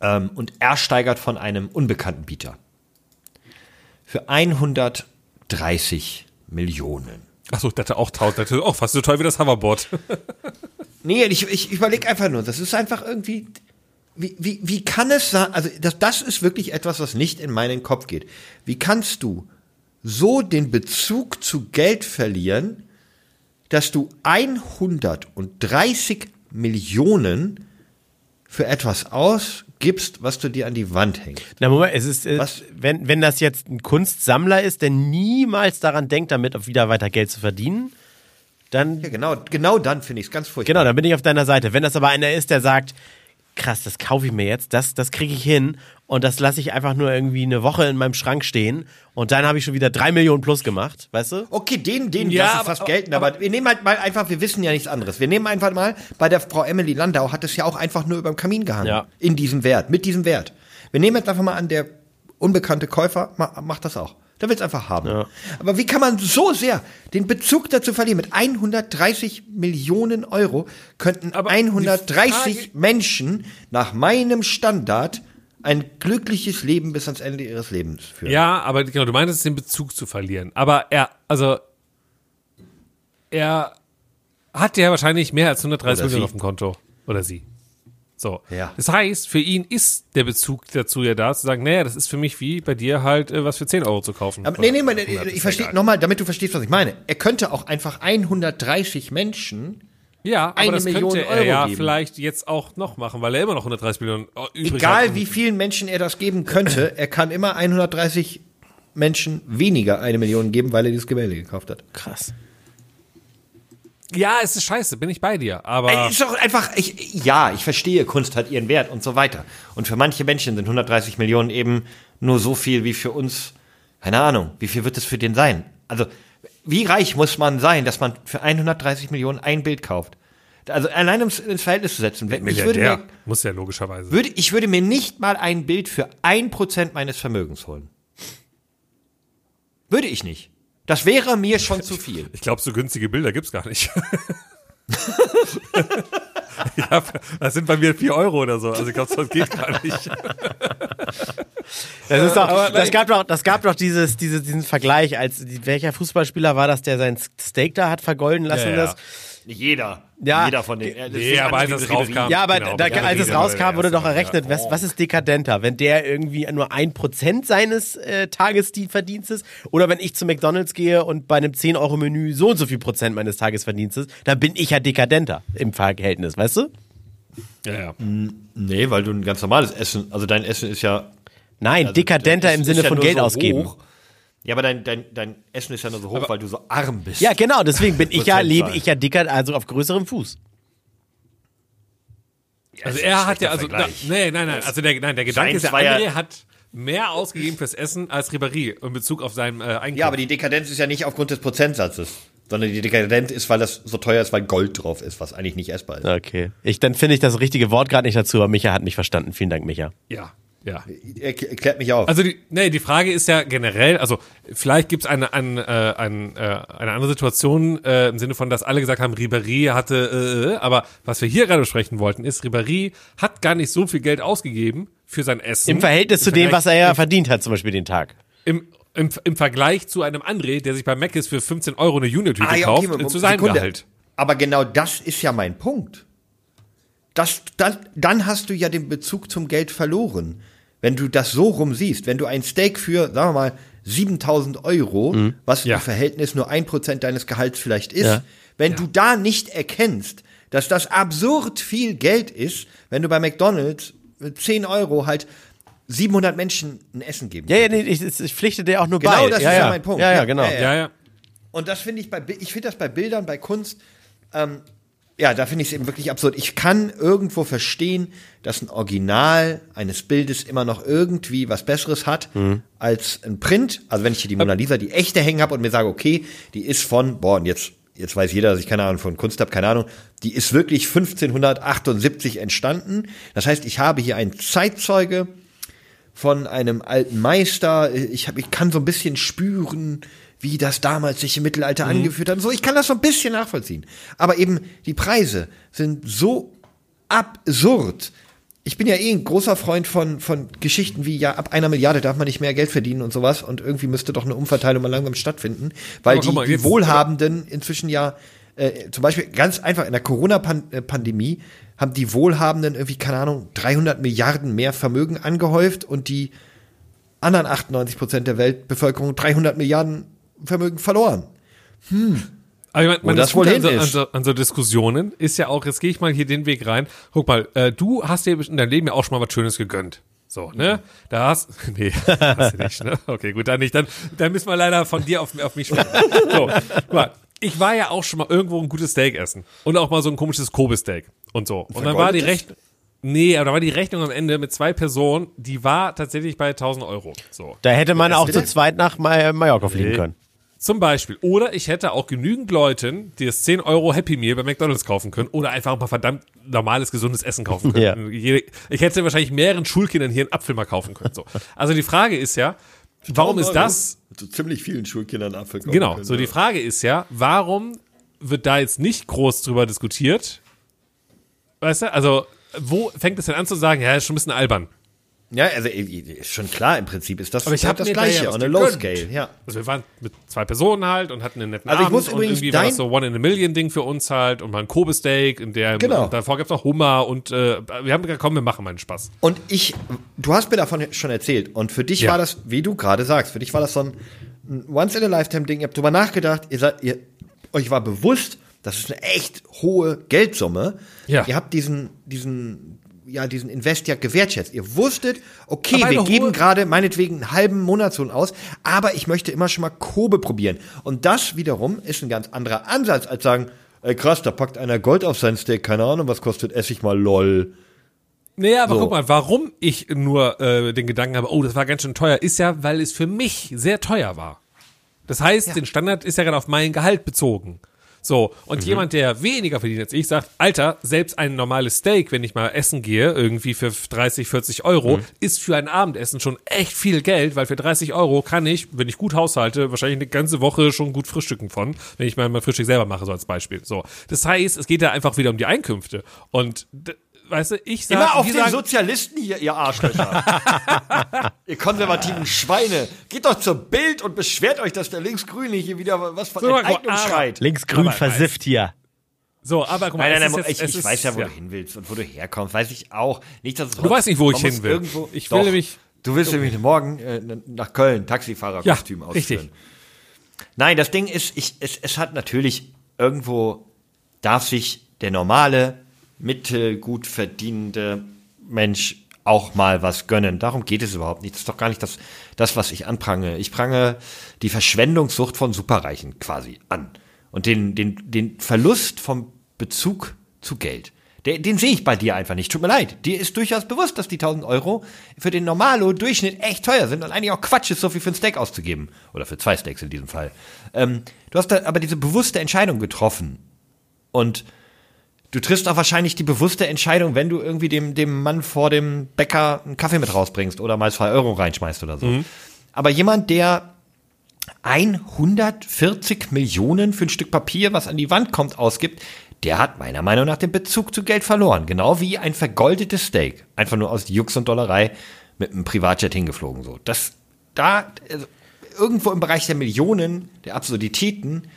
S2: Ähm, und ersteigert von einem unbekannten Bieter. Für 130 Millionen.
S3: Achso, der hatte auch 1000. Der hatte auch fast so teuer wie das Hoverboard.
S2: Nee, ich, ich überlege einfach nur, das ist einfach irgendwie. Wie, wie, wie kann es sein? Also, das, das ist wirklich etwas, was nicht in meinen Kopf geht. Wie kannst du so den Bezug zu Geld verlieren, dass du 130 Millionen für etwas ausgibst, was du dir an die Wand hängst?
S1: Na Moment, es ist, äh,
S2: Was?
S1: wenn, wenn das jetzt ein Kunstsammler ist, der niemals daran denkt, damit auch wieder weiter Geld zu verdienen, dann
S2: Ja, genau, genau dann finde ich es ganz furchtbar.
S1: Genau, dann bin ich auf deiner Seite. Wenn das aber einer ist, der sagt, krass, das kaufe ich mir jetzt, das, das kriege ich hin und das lasse ich einfach nur irgendwie eine Woche in meinem Schrank stehen und dann habe ich schon wieder drei Millionen plus gemacht, weißt du?
S2: Okay, den, den
S3: Ja,
S2: lassen
S3: aber-
S2: fast gelten, aber, wir nehmen halt mal einfach, wir wissen ja nichts anderes. Wir nehmen einfach mal, bei der Frau Emily Landau hat es ja auch einfach nur über dem Kamin gehangen.
S1: Ja.
S2: In diesem Wert, mit diesem Wert. Wir nehmen jetzt einfach mal an, der unbekannte Käufer ma- macht das auch. Der will es einfach haben. Aber wie kann man so sehr den Bezug dazu verlieren? Mit 130 Millionen Euro könnten
S3: Aber die
S2: 130
S3: Frage-
S2: Menschen nach meinem Standard ein glückliches Leben bis ans Ende ihres Lebens führen.
S3: Ja, aber genau, du meintest den Bezug zu verlieren. Aber er, also er hat ja wahrscheinlich mehr als 130
S2: Oder
S3: Millionen
S2: sie.
S3: auf dem Konto. Oder sie. So.
S2: Ja.
S3: Das heißt, für ihn ist der Bezug dazu ja da, zu sagen, naja, das ist für mich wie bei dir halt äh, was für 10 Euro zu kaufen.
S2: Aber, nee, nee,
S3: Oder
S2: nee, nee,
S3: 100,
S2: ich
S3: ist
S2: verstehe
S3: egal.
S2: nochmal, damit du verstehst, was ich meine. Er könnte auch einfach 130 Menschen,
S3: Ja, aber
S2: eine
S3: das
S2: Million
S3: könnte er
S2: Euro
S3: ja
S2: geben.
S3: vielleicht jetzt auch noch machen, weil er immer noch 130 Millionen Euro übrig hat.
S2: egal wie vielen Menschen er das geben könnte, er kann immer 130 Menschen weniger eine Million geben, weil er dieses Gemälde gekauft hat.
S1: Krass.
S3: Ja, es ist scheiße, bin ich bei dir. Aber
S2: Ey, Ist doch einfach, ich, ja, ich verstehe, Kunst hat ihren Wert und so weiter. Und für manche Menschen sind 130 Millionen eben nur so viel wie für uns. Keine Ahnung, wie viel wird es für den sein? Also, wie reich muss man sein, dass man für 130 Millionen ein Bild kauft? Also, allein um es ins Verhältnis zu setzen. wenn- Ich würde mir,
S3: muss ja logischerweise.
S2: würde, ich würde mir nicht mal ein Bild für ein Prozent meines Vermögens holen. Würde ich nicht. Das wäre mir schon zu viel.
S3: Ich glaube, so günstige Bilder gibt's gar nicht. ja, das sind bei mir 4 Euro oder so. Also ich glaube, das geht gar nicht.
S1: Das, ist doch, das, gab doch, das gab doch dieses, diese, diesen Vergleich, als die- welcher Fußballspieler war das, der sein Steak da hat vergolden lassen?
S3: Ja, ja.
S1: Das?
S2: Nicht jeder.
S1: Ja.
S2: Jeder von den.
S3: Nee, aber als das rauskam.
S1: ja aber
S3: Genau,
S1: da,
S3: bei
S1: als es
S3: Rieder war der
S1: rauskam, wurde
S3: erste
S1: doch errechnet, was, was ist dekadenter, wenn der irgendwie nur ein Prozent seines äh, Tagesverdienstes oder wenn ich zu McDonalds gehe und bei einem 10-Euro-Menü so und so viel Prozent meines Tagesverdienstes, dann bin ich ja dekadenter im Verhältnis, weißt du?
S3: Ja, ja.
S2: Hm. Nee, weil du ein ganz normales Essen, also dein Essen ist ja.
S1: Nein,
S2: Also
S1: dekadenter im
S2: dein Essen ist
S1: Sinne
S2: ja
S1: von
S2: nur
S1: Geld
S2: so
S1: ausgeben.
S2: Hoch. Ja, aber dein, dein, dein Essen ist ja nur so hoch, weil du so arm bist.
S1: Ja, genau, deswegen bin ich ja,
S2: Prozentzahl.
S1: lebe ich ja dicker, also auf größerem Fuß.
S3: Also er hat ja, also, na,
S2: Vergleich.
S3: nee, nein, nein, also der, nein, der Gedanke ist ja,
S2: war ja-
S3: André hat mehr ausgegeben fürs Essen als Ribéry in Bezug auf seinen äh, Einkauf.
S2: Ja, aber die Dekadenz ist ja nicht aufgrund des Prozentsatzes, sondern die Dekadenz ist, weil das so teuer ist, weil Gold drauf ist, was eigentlich nicht essbar ist.
S1: Okay. Ich, dann finde ich das richtige Wort gerade nicht dazu, aber Micha hat mich verstanden. Vielen Dank, Micha.
S3: ja, ja.
S2: Er- Erklärt mich auf.
S3: Also die, nee, die Frage ist ja generell, also vielleicht gibt's eine, eine, äh, ein, äh, eine andere Situation äh, im Sinne von, dass alle gesagt haben, Ribéry hatte, äh, äh, aber was wir hier gerade besprechen wollten, ist, Ribéry hat gar nicht so viel Geld ausgegeben für sein Essen.
S1: Hm? Im Verhältnis zu dem, was er ja verdient hat, zum Beispiel den Tag.
S3: Im, im, Im Vergleich zu einem André, der sich bei Mc's für 15 Euro eine Junior-Tüte
S2: Ah, ja, okay,
S3: kauft,
S2: Moment,
S3: äh, zu seinem
S2: Sekunde.
S3: Gehalt.
S2: Aber genau das ist ja mein Punkt. Das, dann, dann hast du ja den Bezug zum Geld verloren. Wenn du das so rum siehst, wenn du ein Steak für, sagen wir mal, 7000 Euro, was
S3: Mhm. Ja.
S2: im Verhältnis nur 1% deines Gehalts vielleicht ist,
S1: Ja.
S2: wenn du da nicht erkennst, dass das absurd viel Geld ist, wenn du bei McDonalds 10 Euro halt 700 Menschen ein Essen geben.
S1: Ja, ja, nee, ich, ich pflichte dir auch nur
S2: Genau,
S1: bei.
S2: das
S1: ja,
S2: ist
S1: ja
S2: ja mein Punkt.
S1: Ja, ja,
S2: Ja,
S1: genau.
S2: ja,
S3: Ja, ja.
S2: Und das finde ich bei, Bi- ich finde das bei Bildern, bei Kunst, ähm, ja, da finde ich es eben wirklich absurd. Ich kann irgendwo verstehen, dass ein Original eines Bildes immer noch irgendwie was Besseres hat als ein Print. Also wenn ich hier die Mona Lisa, die echte hängen habe und mir sage, okay, die ist von, boah, und jetzt, jetzt weiß jeder, dass ich keine Ahnung von Kunst habe, keine Ahnung, die ist wirklich 1578 entstanden. Das heißt, ich habe hier einen Zeitzeuge, von einem alten Meister. Ich, hab, ich kann so ein bisschen spüren, wie das damals sich im
S3: Mhm.
S2: Mittelalter angeführt hat. und So, ich kann das so ein bisschen nachvollziehen. Aber eben die Preise sind so absurd. Ich bin ja eh ein großer Freund von, von Geschichten wie, ja, ab einer Milliarde darf man nicht mehr Geld verdienen und sowas. Und irgendwie müsste doch eine Umverteilung mal langsam stattfinden, weil
S3: Aber guck
S2: die,
S3: mal,
S2: die
S3: jetzt-
S2: Wohlhabenden inzwischen ja, äh, zum Beispiel ganz einfach in der Corona-Pandemie haben die Wohlhabenden irgendwie, keine Ahnung, 300 Milliarden mehr Vermögen angehäuft und die anderen 98 Prozent der Weltbevölkerung 300 Milliarden Vermögen verloren.
S3: Aber ich mein, mein
S2: das
S3: das Gute
S2: wohl
S3: an so,
S2: hin
S3: an,
S2: ist.
S3: so, an so Diskussionen ist ja auch, jetzt gehe ich mal hier den Weg rein. Guck mal, äh, du hast dir in deinem Leben ja auch schon mal was Schönes gegönnt. So, ne? Da hast. Nee, hast du nicht, ne? Okay, gut, dann nicht. Dann, dann müssen wir leider von dir auf, auf mich sprechen. So, guck mal. Ich war ja auch schon mal irgendwo ein gutes Steak essen. Und auch mal so ein komisches Kobe-Steak und so. Und dann war die Rechnung. Nee, aber da war die Rechnung am Ende mit zwei Personen, die war tatsächlich bei 1000 Euro. So.
S1: Da hätte man auch zu zweit nach Ma- Mallorca fliegen
S3: Nee.
S1: können.
S3: Zum Beispiel. Oder ich hätte auch genügend Leuten, die das 10 Euro Happy Meal bei McDonalds kaufen können oder einfach mal verdammt normales, gesundes Essen kaufen können. Jede- Ich hätte wahrscheinlich mehreren Schulkindern hier einen Apfel mal kaufen können. So. Also die Frage ist ja, warum ist das?
S2: Zu ziemlich vielen Schulkindern abverkauft.
S3: Genau. So die Frage ist ja, warum wird da jetzt nicht groß drüber diskutiert? Weißt du, also wo fängt es denn an zu sagen, ja, ist schon ein bisschen albern.
S2: Ja, also äh, ist schon klar, im Prinzip ist das,
S3: Aber ich
S2: das
S3: habe
S2: das
S3: mir da
S2: Gleiche,
S3: ja was
S2: on a low
S3: gegönnt.
S2: scale. Ja.
S3: Also wir waren mit zwei Personen halt und hatten einen netten
S2: Also ich
S3: Abend
S2: muss
S3: und
S2: übrigens
S3: irgendwie war das
S2: dein-
S3: so One in a Million Ding für uns halt und mal ein Kobe Steak und der
S2: Genau.
S3: und davor gab's noch Hummer und äh, wir haben gesagt, komm, wir machen mal einen Spaß.
S2: Und ich, du hast mir davon schon erzählt. Und für dich
S3: Ja.
S2: war das, wie du gerade sagst, für dich war das so ein ein Once-in-a-Lifetime-Ding. Ihr habt drüber nachgedacht. Ihr seid, ihr, euch war bewusst, das ist eine echt hohe Geldsumme.
S3: Ja.
S2: Ihr habt diesen, diesen, ja, diesen Invest ja gewertschätzt. Ihr wusstet, okay,
S3: Aber eine
S2: wir geben
S3: hohe-
S2: gerade meinetwegen einen halben Monatslohn aus, aber ich möchte immer schon mal Kobe probieren. Und das wiederum ist ein ganz anderer Ansatz als sagen, ey krass, da packt einer Gold auf sein Steak, keine Ahnung, was kostet Essig mal, lol.
S3: Naja, aber
S2: So.
S3: guck mal, warum ich nur äh, den Gedanken habe, oh, das war ganz schön teuer, ist ja, weil es für mich sehr teuer war. Das heißt, den Standard ist ja gerade auf mein Gehalt bezogen. So, und
S2: Mhm.
S3: jemand, der weniger verdient als ich, sagt, Alter, selbst ein normales Steak, wenn ich mal essen gehe, irgendwie für 30, 40 Euro,
S2: Mhm.
S3: ist für ein Abendessen schon echt viel Geld, weil für 30 Euro kann ich, wenn ich gut haushalte, wahrscheinlich eine ganze Woche schon gut frühstücken von, wenn ich mal mein Frühstück selber mache, so als Beispiel. So, das heißt, es geht da einfach wieder um die Einkünfte. Und, d- weißt du, ich sage...
S2: Immer auf den Sozialisten hier, ihr Arschlöcher. ihr konservativen Schweine. Geht doch zur Bild und beschwert euch, dass der Linksgrüne hier wieder was von
S3: So,
S2: Enteignung
S3: aber-
S2: schreit.
S1: Linksgrün versifft hier.
S3: So, aber guck mal,
S2: Nein, nein,
S3: es
S2: nein,
S3: ist jetzt,
S2: ich,
S3: es
S2: ich
S3: ist,
S2: weiß ja, wo du hin willst und wo du herkommst. Weiß ich auch. Nicht, dass es
S3: Du weißt nicht, wo ich
S2: Man muss
S3: hin will.
S2: Irgendwo,
S3: Ich will
S2: Doch.
S3: nämlich-
S2: Du willst nämlich morgen äh, nach Köln Taxifahrerkostüm
S3: Ja,
S2: ausführen.
S3: richtig.
S2: Nein, das Ding ist, ich, es, es hat natürlich irgendwo darf sich der normale, mittelgut verdienende Mensch auch mal was gönnen. Darum geht es überhaupt nicht. Das ist doch gar nicht das, das was ich anprange. Ich prange die Verschwendungssucht von Superreichen quasi an. Und den, den, den Verlust vom Bezug zu Geld. Den, den sehe ich bei dir einfach nicht. Tut mir leid. Dir ist durchaus bewusst, dass die 1000 Euro für den Normalo-Durchschnitt echt teuer sind und eigentlich auch Quatsch ist, so viel für ein Steak auszugeben. Oder für zwei Steaks in diesem Fall. Ähm, du hast da aber diese bewusste Entscheidung getroffen. Und du triffst auch wahrscheinlich die bewusste Entscheidung, wenn du irgendwie dem, dem Mann vor dem Bäcker einen Kaffee mit rausbringst oder mal zwei Euro reinschmeißt oder so. Aber jemand, der 140 Millionen für ein Stück Papier, was an die Wand kommt, ausgibt, der hat meiner Meinung nach den Bezug zu Geld verloren. Genau wie ein vergoldetes Steak. Einfach nur aus Jux und Dollerei mit einem Privatjet hingeflogen. So. Das, da, also, irgendwo im Bereich der Millionen, der Absurditäten,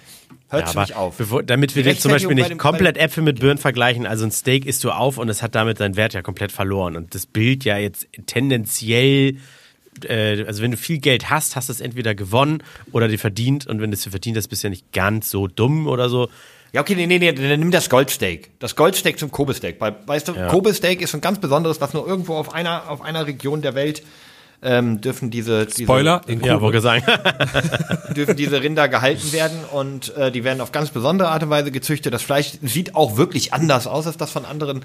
S2: hört es
S1: Aber
S2: mich auf.
S1: bevor- damit wir
S2: Die
S1: jetzt zum Beispiel
S2: Rechtfertigung
S1: nicht
S2: bei dem-
S1: komplett
S2: bei dem-
S1: Äpfel mit Birnen vergleichen, also ein Steak isst du auf und es hat damit seinen Wert ja komplett verloren. Und das Bild ja jetzt tendenziell, äh, also wenn du viel Geld hast, hast du es entweder gewonnen oder dir verdient. Und wenn du es dir verdient hast, bist du ja nicht ganz so dumm oder so.
S2: Ja, okay, nee, nee, nee, dann nimm das Goldsteak. Das Goldsteak zum Kobe-Steak. Weil, Weißt du, Kobe-Steak ist so ein ganz besonderes, was nur irgendwo auf einer, auf einer Region der Welt ähm, dürfen diese, diese
S3: Spoiler, in
S1: Ja,
S3: Kuba.
S1: wollte sagen.
S2: dürfen diese Rinder gehalten werden und äh, die werden auf ganz besondere Art und Weise gezüchtet. Das Fleisch sieht auch wirklich anders aus als das von anderen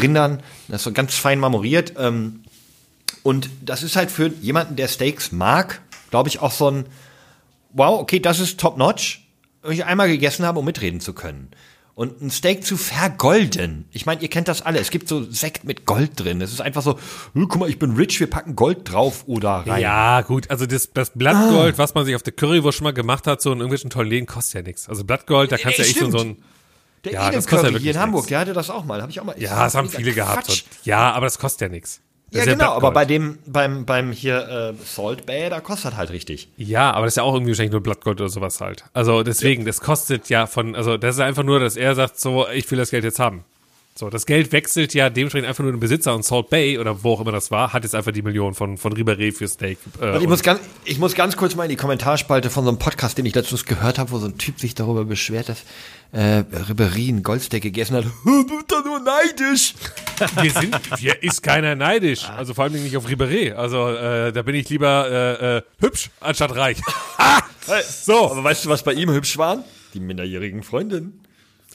S2: Rindern. Das ist so ganz fein marmoriert. Ähm, und das ist halt für jemanden, der Steaks mag, glaube ich, auch so ein Wow, okay, das ist top-notch, wenn ich einmal gegessen habe, um mitreden zu können. Und ein Steak zu vergolden. Ich meine, ihr kennt das alle. Es gibt so Sekt mit Gold drin. Es ist einfach so, "Hm, guck mal, ich bin rich, wir packen Gold drauf oder rein.
S3: Ja, gut, also das, das Blattgold, was man sich auf der Currywurst schon mal gemacht hat, so in irgendwelchen tollen Läden, kostet ja nichts. Also Blattgold, da kannst du
S2: nee,
S3: ja echt so, so
S2: stimmt.
S3: ein.
S2: Der
S3: Ja,
S2: ja,
S3: das kostet
S2: Edelcurry
S3: ja
S2: hier
S3: wirklich
S2: in Hamburg,
S3: nix.
S2: der hatte das auch mal. Hab ich auch mal.
S3: Ja, das haben viele gehabt. So. Ja, aber das kostet ja nichts. Das
S2: Ja,
S3: ist
S2: genau, aber
S3: Blattgold.
S2: bei dem, beim, beim hier äh, Salt Bay, da kostet halt richtig.
S3: Ja, aber das ist ja auch irgendwie wahrscheinlich nur Blattgold oder sowas halt. Also deswegen, das kostet ja von, also das ist einfach nur, dass er sagt so, ich will das Geld jetzt haben. So, das Geld wechselt ja dementsprechend einfach nur den Besitzer und Salt Bay oder wo auch immer das war, hat jetzt einfach die Million von, von Ribéry für Steak. Äh,
S2: Und ich
S3: und-
S2: muss, ganz, ich muss ganz kurz mal in die Kommentarspalte von so einem Podcast, den ich letztens gehört habe, wo so ein Typ sich darüber beschwert, dass äh, Ribéry einen Goldsteak gegessen hat. Bin da nur neidisch.
S3: wir sind, hier ist keiner neidisch. Also vor allem nicht auf Ribéry. Also äh, da bin ich lieber äh, äh, hübsch anstatt reich. so,
S2: Aber weißt du, was bei ihm hübsch waren? Die minderjährigen Freundinnen.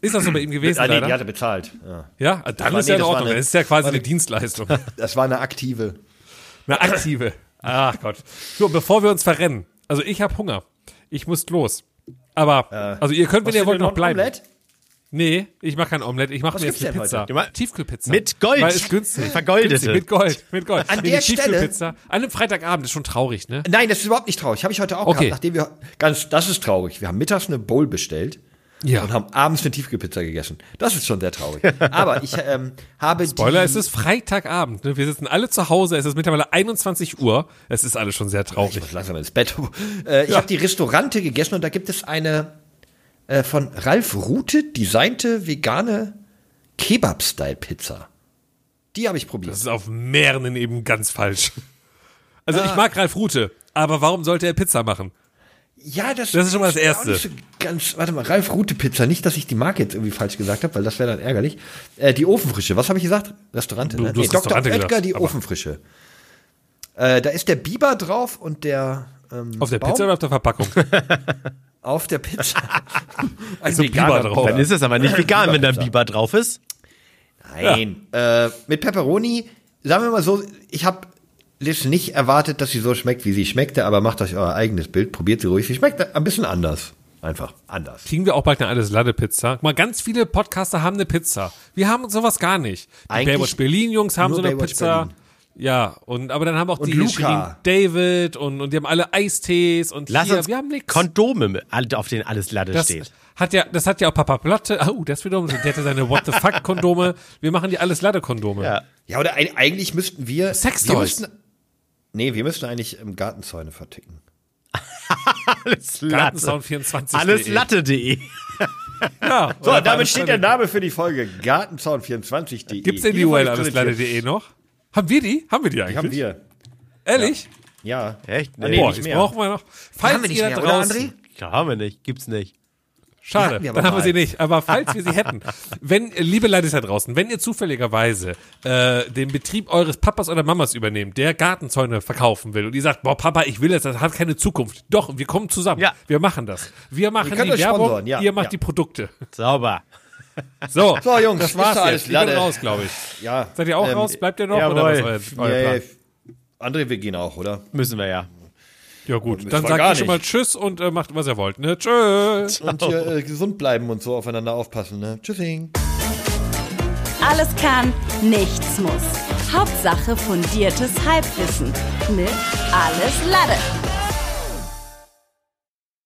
S3: ist das so bei ihm gewesen?
S2: Ah, nee,
S3: leider?
S2: die hat er bezahlt. Ja.
S3: ja, dann
S2: war-
S3: ist
S2: nee,
S3: ja in
S2: das war
S3: Ordnung.
S2: eine-
S3: Das ist ja quasi eine Dienstleistung.
S2: Das war eine aktive.
S3: Eine aktive. Ach Gott. So, bevor wir uns verrennen. Also ich habe Hunger. Ich muss los. Aber,
S2: äh,
S3: also ihr könnt, wenn ihr wollt, noch bleiben.
S2: Omelette?
S3: Nee, ich mache kein Omelette. Ich mache mir
S2: gibt's
S3: jetzt eine
S2: denn
S3: Pizza.
S2: heute?
S1: Du machst-
S3: Tiefkühlpizza.
S1: Mit Gold.
S3: Weil es günstig.
S1: Vergoldete.
S3: Günstig. Mit Gold. Mit Gold.
S2: An
S3: Nee,
S2: der
S3: die
S2: Stelle-
S3: Tiefkühlpizza. An einem Freitagabend ist schon traurig, ne?
S2: Nein, das ist überhaupt nicht traurig. Habe ich heute auch
S3: Okay.
S2: gehabt. Nachdem wir ganz, das ist traurig. Wir haben mittags eine Bowl bestellt
S3: Ja.
S2: und haben abends eine Tiefkühlpizza gegessen. Das ist schon sehr traurig. Aber ich ähm, habe
S3: Spoiler,
S2: die,
S3: es ist Freitagabend. Ne? Wir sitzen alle zu Hause. Es ist mittlerweile 21 Uhr. Es ist alles schon sehr traurig.
S2: muss langsam ins Bett. Äh, ich habe die Restaurante gegessen und da gibt es eine äh, von Ralf Rute designte vegane Kebab-Style-Pizza. Die habe ich probiert.
S3: Das ist auf mehreren eben ganz falsch. Also
S2: Ah.
S3: ich mag Ralf Rute, aber warum sollte er Pizza machen?
S2: Ja, das,
S3: Das ist schon mal das
S2: mir auch
S3: Erste.
S2: nicht So ganz, warte mal, Ralf Rute Pizza. Nicht, dass ich die Marke jetzt irgendwie falsch gesagt habe, weil das wäre dann ärgerlich. Äh, die Ofenfrische, was habe ich gesagt? Restaurante.
S3: Du-
S2: Ne?
S3: du hast
S2: Dr.
S3: Restaurante
S2: Oetker,
S3: gesagt,
S2: die
S3: aber-
S2: Ofenfrische. Äh, da ist der Biber drauf und der ähm,
S3: Auf der
S2: Baum
S3: Pizza oder auf der Verpackung?
S2: auf der Pizza. Ein
S3: So
S2: veganer
S3: Biber drauf.
S2: Biber.
S1: Dann ist es aber nicht vegan, wenn da ein Biber drauf ist.
S2: Nein. Äh, mit Pepperoni, sagen wir mal so, ich habe Liz nicht erwartet, dass sie so schmeckt, wie sie schmeckte, aber macht euch euer eigenes Bild, probiert sie ruhig. Sie schmeckt ein bisschen anders. Einfach anders.
S3: Kriegen wir auch bald eine alles Lade Pizza? Guck mal, ganz viele Podcaster haben eine Pizza. Wir haben sowas gar nicht. Die
S2: Eigentlich
S3: Baywatch Berlin Jungs haben
S2: nur
S3: so eine
S2: Baywatch
S3: Pizza.
S2: Berlin.
S3: Ja, und aber dann haben auch die
S2: Luca.
S3: Shirin David und, und die haben alle Eistees und
S1: Lass
S3: hier,
S1: uns
S3: wir haben nichts.
S1: Kondome, mit- all- auf denen alles Lade
S3: Das
S1: steht.
S3: hat ja, das hat ja auch Papa Platte. Oh, das wiederum, der hatte seine What the fuck Kondome. Wir machen die alles Lade Kondome.
S1: Ja.
S2: Ja, oder ein, eigentlich müssten wir.
S3: Sextoys.
S2: wir müssten, Nee, wir müssten eigentlich im Gartenzäune verticken.
S1: Alles
S3: Gartenzaun24.de.
S1: Alles Latte.de.
S3: ja
S2: So, damit steht der Name für die Folge. Gartenzaun24.de.
S3: Gibt's denn die URL alles Lade.de noch? Haben wir die? Haben wir die eigentlich?
S2: Haben wir.
S3: Ehrlich?
S2: Ja.
S1: Echt?
S2: Ah,
S1: Nee,
S2: Nee,
S3: Boah,
S2: nicht
S3: jetzt
S2: mehr.
S3: brauchen wir noch. Falls
S2: Haben wir nicht
S3: ihr
S2: mehr,
S3: da
S2: oder,
S3: draußen,
S2: André?
S1: Ja, haben wir nicht. Gibt's nicht.
S3: Schade,
S2: hatten wir
S3: dann
S2: aber
S3: haben wir
S2: mal.
S3: sie nicht. Aber falls wir sie hätten, wenn, liebe Leute da draußen, wenn ihr zufälligerweise äh, den Betrieb eures Papas oder Mamas übernehmt, der Gartenzäune verkaufen will und ihr sagt, boah, Papa, ich will das, das hat keine Zukunft. Doch, wir kommen zusammen.
S1: Ja.
S3: Wir machen das. Wir machen
S2: könnt
S3: die
S2: euch
S3: Werbung,
S2: sponsoren, ja,
S3: ihr macht
S2: ja.
S3: die Produkte.
S1: Sauber.
S3: So,
S2: So, Jungs,
S3: das war's
S2: ist doch alles
S3: jetzt. Ich bin
S2: Lade.
S3: raus, glaube ich.
S2: Ja.
S3: Seid ihr auch
S2: Ähm,
S3: raus? Bleibt ihr noch?
S1: jawohl.
S3: Oder was ist euer, euer
S2: Yeah,
S3: Plan?
S2: André, wir gehen auch, oder?
S1: Müssen wir ja.
S3: Ja gut, dann
S2: war
S3: sagt
S2: gar
S3: ihr schon mal
S2: nicht.
S3: Tschüss und äh, macht, was ihr wollt. Ne? Tschüss.
S2: Und hier äh, gesund bleiben und so aufeinander aufpassen, ne? Tschüssing.
S4: Alles kann, nichts muss. Hauptsache fundiertes Halbwissen mit Alles Lade.